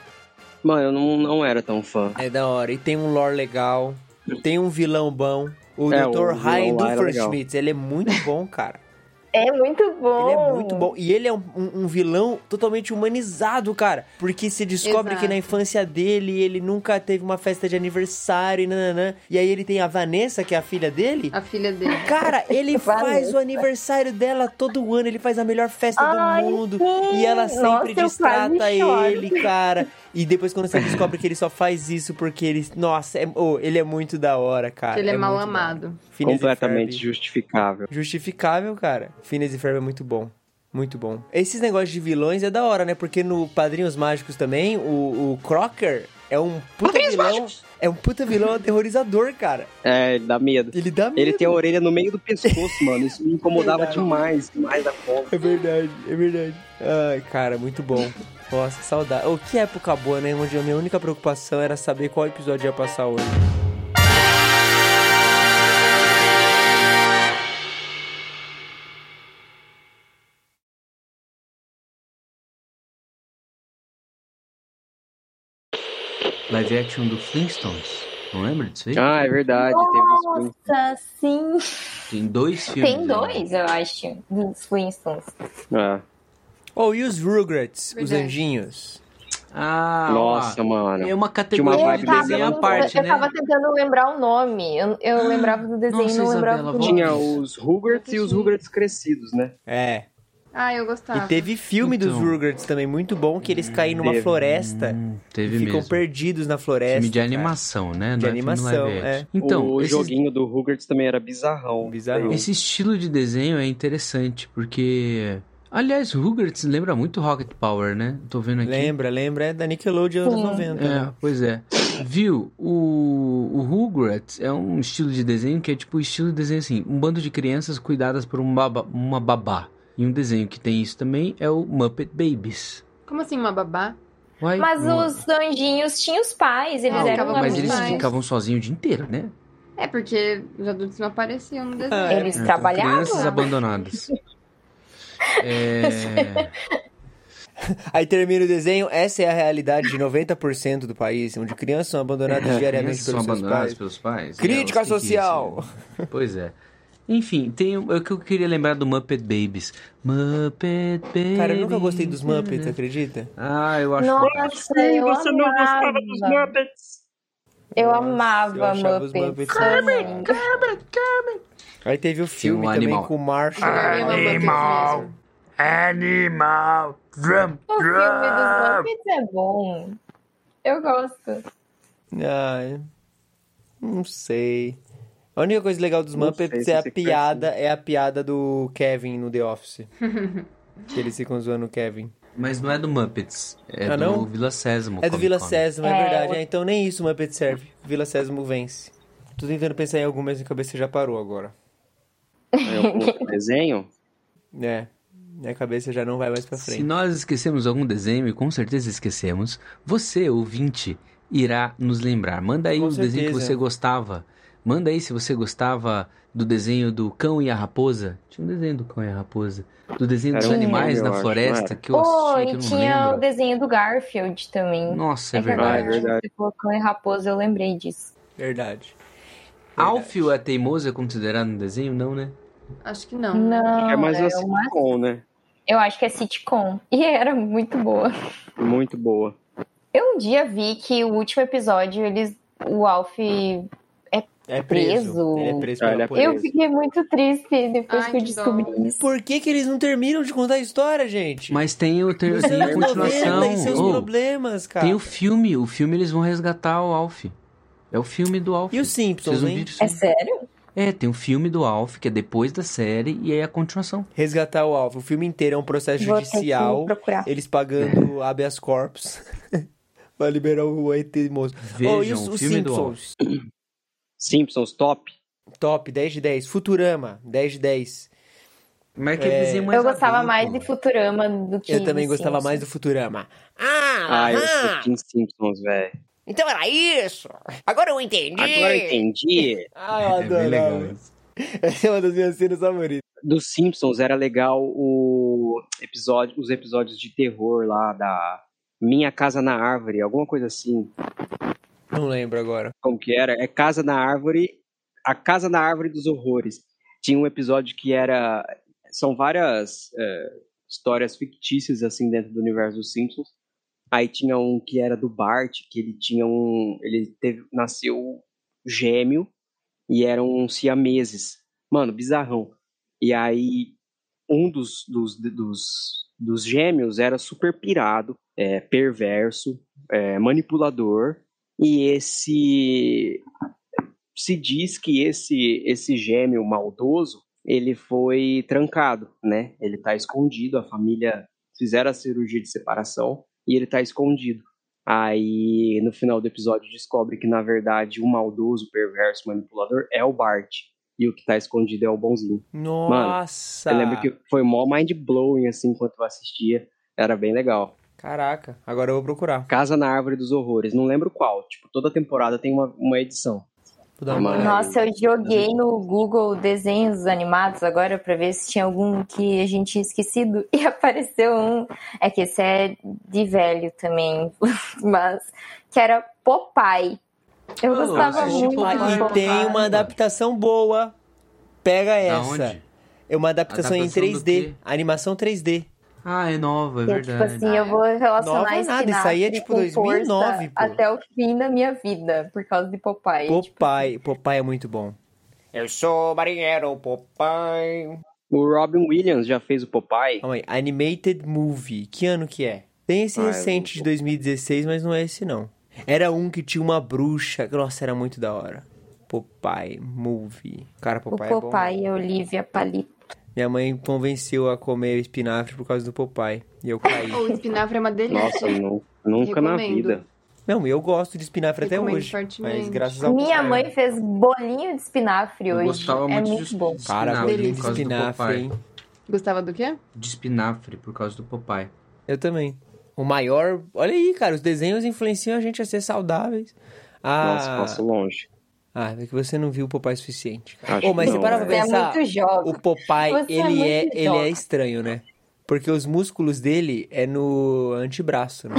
J: Mano, eu não, não era tão fã.
A: É da hora. E tem um lore legal. Tem um vilão bom. O
J: É, o
A: Dr. Ryan
J: vilão lá era legal.
A: Doofenshmirtz, ele é muito bom, cara.
H: É muito bom.
A: Ele é muito bom. E ele é um, um- um vilão totalmente humanizado, cara. Porque se descobre
G: Exato.
A: que na infância dele, ele nunca teve uma festa de aniversário, e nananã. E aí ele tem a Vanessa, que é a filha dele.
G: A filha dele.
A: Cara, ele faz
H: Vanessa.
A: o aniversário dela todo ano, ele faz a melhor festa
H: Ai,
A: do mundo.
H: sim.
A: E ela sempre
H: Nossa, eu quase
A: destrata
H: choro.
A: ele, cara. E depois quando você descobre que ele só faz isso porque ele. Nossa, é- ô, ele é muito da hora, cara.
G: ele é, mal
A: muito da hora.
G: amado.
A: Phineas e
J: Completamente
A: Ferb.
J: justificável.
A: Justificável, cara. Phineas e Ferb é muito bom. Muito bom. Esses negócios de vilões é da hora, né? Porque no Padrinhos Mágicos também, o, o Crocker é um puta vilão. É um puta vilão aterrorizador, cara.
J: É, dá medo.
A: Ele dá medo.
J: Ele tem a orelha no meio do pescoço, mano. Isso me incomodava demais, demais da conta.
A: É verdade, é verdade. Ai, cara, muito bom. Nossa, que saudade. Oh, que época boa, né? Onde a minha única preocupação era saber qual episódio ia passar hoje.
I: Live action do Flintstones. Não lembra disso aí?
J: Ah, é verdade. Teve uns-
H: Nossa, sim.
I: Tem dois filmes.
H: Tem
I: né?
H: dois, eu acho, dos Flintstones.
J: Ah,
A: Oh, e os Rugrats, os
G: Verdade.
A: anjinhos?
I: Ah,
J: nossa,
I: ó.
J: mano.
I: É uma
J: Uma
I: categoria
J: vibe
I: de
H: tava-
I: desenho à
J: bem-
I: parte,
H: eu
I: né?
H: tava tentando lembrar o nome. Eu, eu lembrava do desenho,
I: Ah, Nossa,
H: não lembrava
I: Isabela,
H: do nome.
J: Tinha os Rugrats e os Rugrats crescidos, né?
A: É.
G: Ah, eu gostava.
A: E teve filme dos
I: Então.
A: Rugrats também, muito bom, que eles caem numa
J: Teve.
A: floresta
I: Hum,
A: e
I: Teve
A: ficam
I: mesmo.
A: perdidos na floresta.
I: Filme de
A: cara.
I: animação, né?
A: De
I: Não é filme
A: animação,
I: live action.
A: é.
I: Então,
J: o
I: esses-
J: joguinho do Rugrats também era bizarrão.
A: Bizarrão.
I: Esse estilo de desenho é interessante, porque... Aliás, Rugrats lembra muito Rocket Power, né? Tô vendo aqui.
A: Lembra, lembra? É da Nickelodeon anos
H: Sim.
A: 90.
I: É,
A: né?
I: pois é. Viu, o, o Rugrats é um estilo de desenho que é tipo o estilo de desenho assim, um bando de crianças cuidadas por um baba- uma babá. E um desenho que tem isso também é o Muppet Babies.
G: Como assim, uma babá?
I: Uai,
H: Mas
I: uma-
H: os anjinhos tinham os pais, eles
G: Não,
H: eram
G: ficavam
I: mas
G: com
I: eles
G: os pais.
I: ficavam sozinhos o dia inteiro, né?
G: É porque os adultos não apareciam no desenho.
A: Ah,
H: Eles
I: É,
H: trabalhavam.
I: Crianças abandonadas. É,
A: Aí termina o desenho. Essa é a realidade de 90% do país, onde crianças são abandonadas diariamente
I: É, crianças são
A: pelos seus
I: abandonadas
A: pais.
I: pelos pais.
A: Crítica
I: elas têm que ir,
A: social!
I: assim, né? Pois é. Enfim, tem o o que eu queria lembrar do Muppet Babies. Muppet Babies. né,
A: Cara, eu nunca gostei dos
I: Uhum.
A: Muppets, acredita?
I: Ah, eu acho.
H: Nossa, eu você não gostava dos Muppets? Eu
A: Nossa, eu
H: amava
A: achava os
H: Muppets.
A: Muppets
H: Ai,
G: assim.
A: sensacionais. Aí teve o filme
I: um
A: também
I: animal.
A: com o Marshall.
G: Eu amava aqueles mesmo.
B: Animal. Drum,
H: O filme dos Muppets é bom.
I: Ah.
H: Eu gosto.
A: Ah, eu- não sei. A única coisa legal dos
J: Não
A: Muppets
J: sei se
A: é a
J: você
A: piada, é a piada do Kevin no The Office. que eles ficam zoando o Kevin.
I: Mas não é do Muppets. É
A: Ah,
I: do
A: não?
I: Vila Sésamo.
A: É do
I: Comic
A: Vila
I: Con.
A: Sésamo, é,
H: É,
A: verdade.
H: eu-
A: É, então nem isso o Muppet serve. Vila Sésamo vence. Tô tentando pensar em algum, mas minha cabeça já parou agora.
J: Aí eu coloco o um desenho.
A: É, minha cabeça já não vai mais pra
I: Se
A: frente.
I: nós esquecemos algum desenho, e com certeza esquecemos, você, ouvinte, irá nos lembrar. Manda aí
A: Com
I: o desenho que
A: certeza.
I: você gostava. Manda aí se você gostava do desenho do cão e a raposa. Tinha um desenho do cão e a raposa. Do desenho
J: Era
I: dos
J: um
I: animais
J: filme, eu
I: na
J: acho, não
I: floresta
J: era?
I: que eu
H: oh,
I: assisti
H: e
I: que eu não
H: tinha o
I: lembro.
H: desenho do Garfield também.
I: Nossa, é
H: que
I: verdade.
J: Ah, é verdade.
H: Você colocou em raposa, eu lembrei disso.
A: Verdade.
I: Alfio é teimoso é considerado um desenho? Não, né?
G: Acho que não.
H: Não,
J: é mais uma
H: é
I: assim
H: uma-
J: sitcom, né?
H: eu acho que é sitcom. E era muito boa.
J: Muito boa.
H: Eu um dia vi que o último episódio, eles. O Alf é
A: É preso.
H: Preso.
A: Ele é preso
J: Ah,
A: pela
J: ele é
A: polícia.
H: Eu fiquei muito triste depois
G: Ai,
H: que eu
G: que
H: descobri
G: dó.
H: isso.
A: Por que, que eles não terminam de contar a história, gente?
I: Mas tem, o ter...
A: Os
I: tem a
A: anos 90 e seus
I: continuação. ô,
A: problemas, cara.
I: tem o filme. O filme eles vão resgatar o Alf. É o filme do Alf.
A: E os Simpsons,
I: Vocês não
A: hein?
I: viram isso?
H: É sério?
I: É, tem o filme do Alf, que é depois da série, e aí é a continuação.
A: Resgatar o alvo. O filme inteiro é um processo
H: Vou ter que
A: judicial.
H: procurar.
A: Eles pagando habeas corpus. Vai liberar o ET moço.
I: Vejam
A: Oh, e os,
I: o
A: os
I: filme do Alf.
A: Simpsons.
J: Simpsons, top.
A: Top, 10 de 10. Futurama, 10 de 10.
I: Mas é que
A: É,
I: desenho mais
H: eu gostava
I: adulto.
H: mais de Futurama do que
A: Eu também
H: de
A: gostava
H: Simpsons.
A: mais do Futurama. Ah,
J: Ah, eu
A: aham.
J: sou Team Simpsons, velho.
A: então era isso. Agora eu entendi.
J: Agora eu entendi.
A: Ah, eu
I: É bem legal
A: adorava.
I: isso.
A: Essa é uma das minhas cenas favoritas.
J: Dos Simpsons era legal o episódio, os episódios de terror lá da Minha Casa na Árvore, alguma coisa assim.
A: Não lembro agora.
J: Como que era? É Casa na Árvore, a Casa na Árvore dos Horrores. Tinha um episódio que era são várias é, histórias fictícias assim dentro do universo dos Simpsons. Aí tinha um que era do Bart, que ele tinha um, ele teve, nasceu gêmeo e eram siameses. Mano, bizarrão. E aí um dos dos, dos, dos gêmeos era super pirado, é, perverso, é, manipulador e esse se diz que esse esse gêmeo maldoso ele foi trancado, né? Ele tá escondido, a família fizeram a cirurgia de separação e ele tá escondido. Aí, no final do episódio, descobre que, na verdade, o maldoso, perverso, manipulador é o Bart. E o que tá escondido é o bonzinho.
A: Nossa.
J: Eu lembro que foi mó mind-blowing, assim, enquanto eu assistia. Era bem legal.
A: Caraca, agora eu vou procurar.
J: Casa na Árvore dos Horrores, não lembro qual. Tipo, toda temporada tem uma, uma edição.
A: Vou dar uma
J: Mano.
A: olhada.
H: Nossa, eu joguei
A: Uhum.
H: no Google desenhos animados agora pra ver se tinha algum que a gente tinha esquecido e apareceu um. É que esse é de velho também, mas que era Popeye. Eu
I: Ah,
H: gostava
I: assisti
H: muito
I: Popeye.
H: de
A: E
H: Popeye.
A: tem uma adaptação boa. Pega
I: Da
A: essa.
I: onde?
A: É uma adaptação,
I: Adaptação
A: em
I: do
A: 3D.
I: quê?
A: Animação 3D.
I: Ah, é nova, é
H: Que é,
I: verdade.
H: tipo assim, eu vou relacionar
A: Nova
H: esse
A: nada, isso aí é,
H: nasce
A: tipo,
H: com
A: 2009,
H: força
A: pô.
H: até o fim da minha vida, por causa de Popeye.
A: Popeye. Popeye é muito bom. Eu sou marinheiro Popeye.
J: O Robin Williams já fez o Popeye.
A: Calma aí. Animated Movie. Que ano que é? Tem esse
J: Ah, eu
A: recente de
J: não-
A: 2016, mas não é esse não. Era um que tinha uma bruxa. Nossa, era muito da hora. Popeye Movie. Cara,
H: Tipo, o
A: Popeye, é bom.
H: Popeye e Olivia Palito.
A: Minha mãe convenceu a comer espinafre por causa do Popeye. E eu caí.
G: O espinafre é uma delícia.
J: Nossa, nu- nunca na
G: Recomendo.
J: vida.
A: não, eu gosto de espinafre até
G: Recomendo
A: hoje. Mas
G: fortemente.
A: graças ao
H: Minha
A: Popeye.
H: mãe fez bolinho de espinafre
I: Eu
H: hoje.
I: gostava
H: é
I: muito de
H: muito bom.
A: Cara,
I: espinafre,
A: bolinho
I: por
A: de
I: causa do
A: espinafre,
I: Popeye.
A: hein?
G: Gostava do quê?
I: De espinafre, por causa do Popeye.
A: Eu também. O maior. Olha aí, cara, os desenhos influenciam a gente a ser saudáveis. Ah,
J: Nossa, passo longe.
A: ah é que você não viu o Popeye o suficiente.
J: Acho
A: Ô, mas
J: que
A: se
J: não,
A: parar pra
J: velho.
H: Você é
A: pensar,
H: muito jovem.
A: o Popeye,
H: Você é
A: ele,
H: muito
A: é, ele é
H: jovem.
A: estranho, né? Porque os músculos dele é no antebraço, né?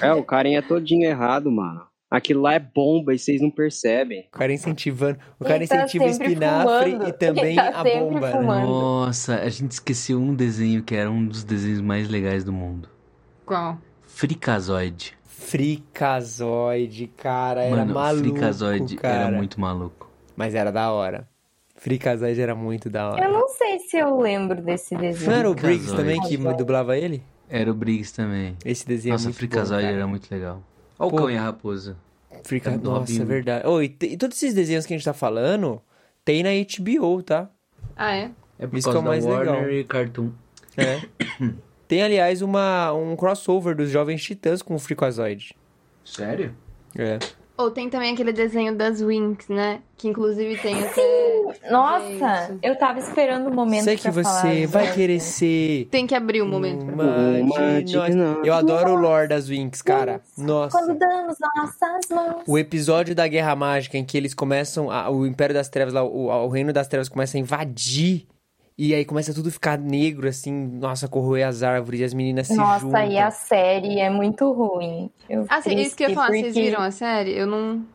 J: É, o Karen é todinho errado, mano. Aquilo lá é bomba e vocês não percebem.
A: O cara incentivando. O
H: Ele
A: cara
H: tá
A: incentiva o
H: sempre
A: espinafre
H: fumando.
A: e também
H: Ele tá
A: a
H: sempre
A: bomba, né?
H: fumando. Mano.
I: Nossa, a gente esqueceu um desenho que era um dos desenhos mais legais do mundo.
G: Qual?
I: Fricazoide.
A: Fricazoide, cara, era
I: Mano,
A: maluco,
I: Fricazoide
A: cara.
I: era muito maluco.
A: Mas era da hora. Fricazoide era muito da hora.
H: Eu não sei se eu lembro desse desenho.
A: Não era o Briggs também
I: Fricazoide.
A: que dublava ele?
I: Era o Briggs também.
A: Esse desenho é
I: Nossa,
A: muito
I: Fricazoide
A: bom, cara.
I: era muito legal. Olha
A: Pô.
I: o cão e a raposa.
A: Frica...
I: era do
A: Nossa, é
I: Robinho.
A: verdade. Oh, e, te- e todos esses desenhos que a gente tá falando, tem na HBO, tá?
G: Ah, é?
I: É por
A: Isso que
I: causa
A: é o
I: da
A: mais
I: Warner
A: legal.
I: e Cartoon.
A: É. tem, aliás, uma, um crossover dos Jovens Titãs com o Fricazoide.
I: Sério?
A: É.
G: Ou tem também aquele desenho das Winx, né? Que inclusive tem até...
H: Nossa,
G: Gente.
H: eu tava esperando o Um momento
A: Sei que
H: pra
A: você
H: falar Um isso.
A: vai querer ser...
G: Tem que abrir um momento
J: Hum.
G: pra mim.
A: Uma de
J: Uma de
A: nós. Eu adoro o lore das Winx, cara.
H: Quando
A: Nossa.
H: damos nossas mãos.
A: O episódio da Guerra Mágica em que eles começam, a- o Império das Trevas, lá, o, o Reino das Trevas começa a invadir. E aí começa tudo a ficar negro, assim, nossa, corroer as árvores e as meninas se
H: Nossa,
A: juntam.
H: e a série é muito ruim. Eu
G: Ah, sim,
H: triste
G: isso que eu ia falar. Vocês
H: porque
G: viram a série? Eu não...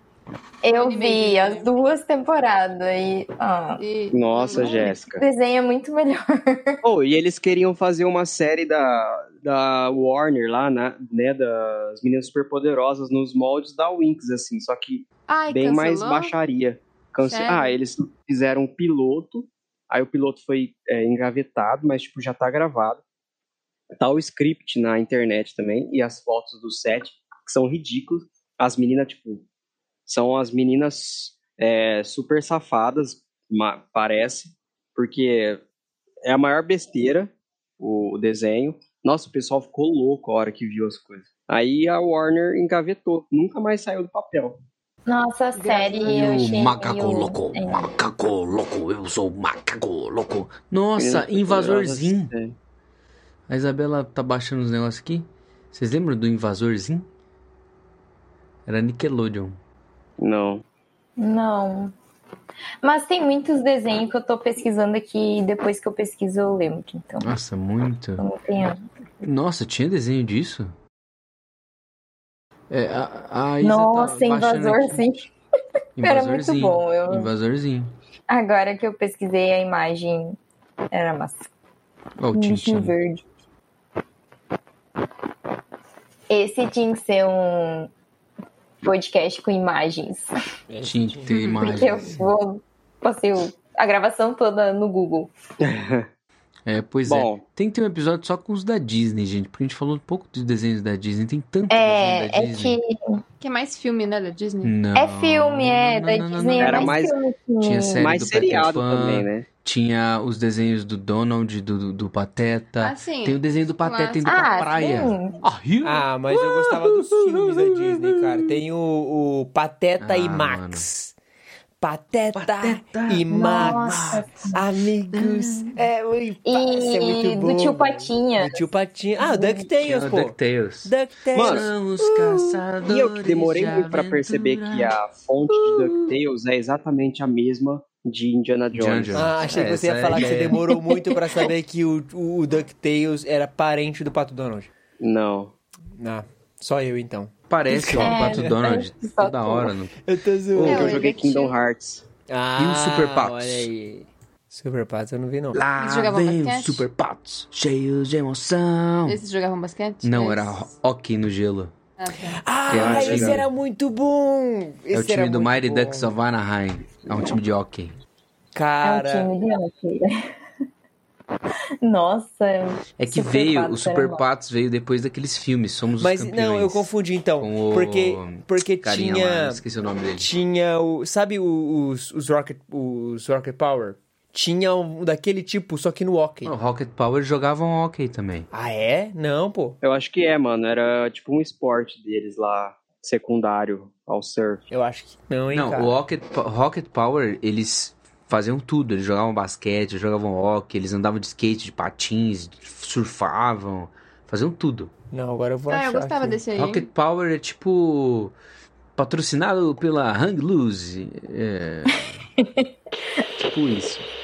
H: Eu
G: Animated,
H: vi
G: né?
H: as duas temporadas e. ah,
G: e-
J: Nossa,
G: não-
H: o
J: Jéssica.
H: desenho é muito melhor.
J: Oh, e eles queriam fazer uma série da, da Warner lá, né, né? Das meninas superpoderosas nos moldes da Winx, assim. Só que
G: Ai,
J: bem mais
G: cancelou?
J: baixaria. Cance-
G: Sério?
J: Ah, eles fizeram um piloto, aí o piloto foi é, engavetado, mas tipo, já tá gravado. Tá o script na internet também, e as fotos do set, que são ridículas. As meninas, tipo, são as meninas é, super safadas, ma- parece, porque é a maior besteira o, o desenho. Nossa, o pessoal ficou louco a hora que viu as coisas. Aí a Warner engavetou, nunca mais saiu do papel.
H: Nossa, a série
G: Engraçado.
H: É, eu achei.
I: O macaco
H: meio-
I: louco,
H: é.
I: macaco louco, eu sou macaco louco. Nossa,
J: Criança
I: invasorzinho.
J: poderosa,
I: A Isabela tá baixando os negócios aqui. Vocês lembram do invasorzinho? Era Nickelodeon.
J: é. Não.
H: Não. Mas tem muitos desenhos que eu tô pesquisando aqui e depois que eu pesquiso eu lembro. Então,
I: Nossa, muito.
H: eu não tenho.
I: Nossa, tinha desenho disso? É, a, a Isa
H: Nossa,
I: tá baixando
H: invasor,
I: aqui.
H: sim. Era muito
I: Invasorzinho,
H: bom. Eu...
I: Invasorzinho.
H: Agora que eu pesquisei a imagem, era massa.
I: Ó, o
H: Um
I: Tim
H: bichinho
I: Tim.
H: verde. Esse tinha que ser um podcast com imagens.
I: Tinha que ter
H: Porque eu
I: imagens.
H: vou. Passei o- a gravação toda no Google.
I: É, pois é.
J: Bom,
I: Tem que ter um episódio só com os da Disney, gente. Porque a gente falou um pouco dos desenhos da Disney. Tem tanto
H: É,
I: desenho da
H: é
I: Disney.
H: que.
G: Que é mais filme, né, da Disney?
I: Não,
H: É filme, é.
I: não,
H: Da
I: não, não,
H: Disney
I: não.
H: é
J: Era
H: mais
J: mais-
H: filme. que-
I: Tinha série
J: mais
I: do Peter
J: seriado
I: Pan,
J: também, né?
I: tinha os desenhos do Donald, do, do, do Pateta.
G: Ah, sim.
I: tem o desenho do Pateta indo pra
H: Ah,
I: praia.
H: sim.
I: Ah, Rio?
A: Ah, mas eu gostava dos filmes da Disney, cara. Tem o, o Pateta e
I: Ah,
A: Max. Pateta, e Max.
H: Nossa.
A: Amigos. É, o
H: E
A: é muito bom.
H: do tio
A: velho.
H: Patinha.
A: Do tio Patinha. Ah, o DuckTales,
I: Era
A: pô.
I: é DuckTales.
A: DuckTales.
J: Mano,
I: São os
H: Uh.
I: caçadores
J: E eu que demorei
I: de
J: muito pra perceber que
I: aventura. Uh.
J: a fonte de DuckTales é exatamente a mesma de Indiana
I: Indiana
J: Jones.
I: Jones.
A: Ah, achei que você ia
I: Essa
A: falar que você
I: é-
A: demorou muito pra saber que o, o, o DuckTales era parente do Pato Donald.
J: Não.
A: Ah, só eu então.
I: Parece, ó, o
H: É,
I: Pato Donald.
H: parece que só
I: Toda
H: tu.
I: hora. No...
A: Eu tô
J: Pô,
A: zoando.
G: É,
J: eu
G: eu
J: joguei
G: diverti.
J: Kingdom Hearts.
A: Ah,
I: E o Super Patos?
A: Olha aí. Super Patos eu não vi, não.
I: Lá
G: Eles jogavam
I: vem os
G: basquete?
I: super patos, cheios de emoção.
G: Esses jogavam basquete?
I: Não,
G: Esses?
I: era hockey no gelo.
G: Ah, tá.
I: Eu
A: Ah,
I: acho
A: esse
I: legal.
A: era muito bom! Esse
I: é o time
A: era
I: do
A: muito
I: Mighty
A: bom.
I: Ducks of Anaheim. É um time de hockey.
A: Cara,
H: É um time de hockey. Nossa.
I: É que
H: Super
I: veio,
H: Patos
I: o
H: era
I: Super
H: bom.
I: Patos veio depois daqueles filmes, Somos
A: mas
I: os Campeões.
A: não, eu confundi então.
I: Com o
A: Porque, porque
I: Carinha
A: tinha.
I: lá, esqueci o nome dele.
A: Tinha o. Sabe o- os, os, Rocket, os Rocket Power? Tinha um daquele tipo, só que no hockey.
I: O Rocket Power jogavam hockey também.
A: Ah, é? Não, pô.
J: Eu acho que é, mano. Era tipo um esporte deles lá, secundário, ao surf.
A: Eu acho que não, hein,
I: Não,
A: cara.
I: o Rocket, Pa- Rocket Power, eles faziam tudo. Eles jogavam basquete, jogavam hockey, eles andavam de skate, de patins, surfavam, faziam tudo.
A: Não, agora eu vou
G: Ah,
A: achar
G: eu gostava
A: aqui.
G: desse aí.
I: Rocket Power é tipo patrocinado pela Hang Loose. É... tipo isso.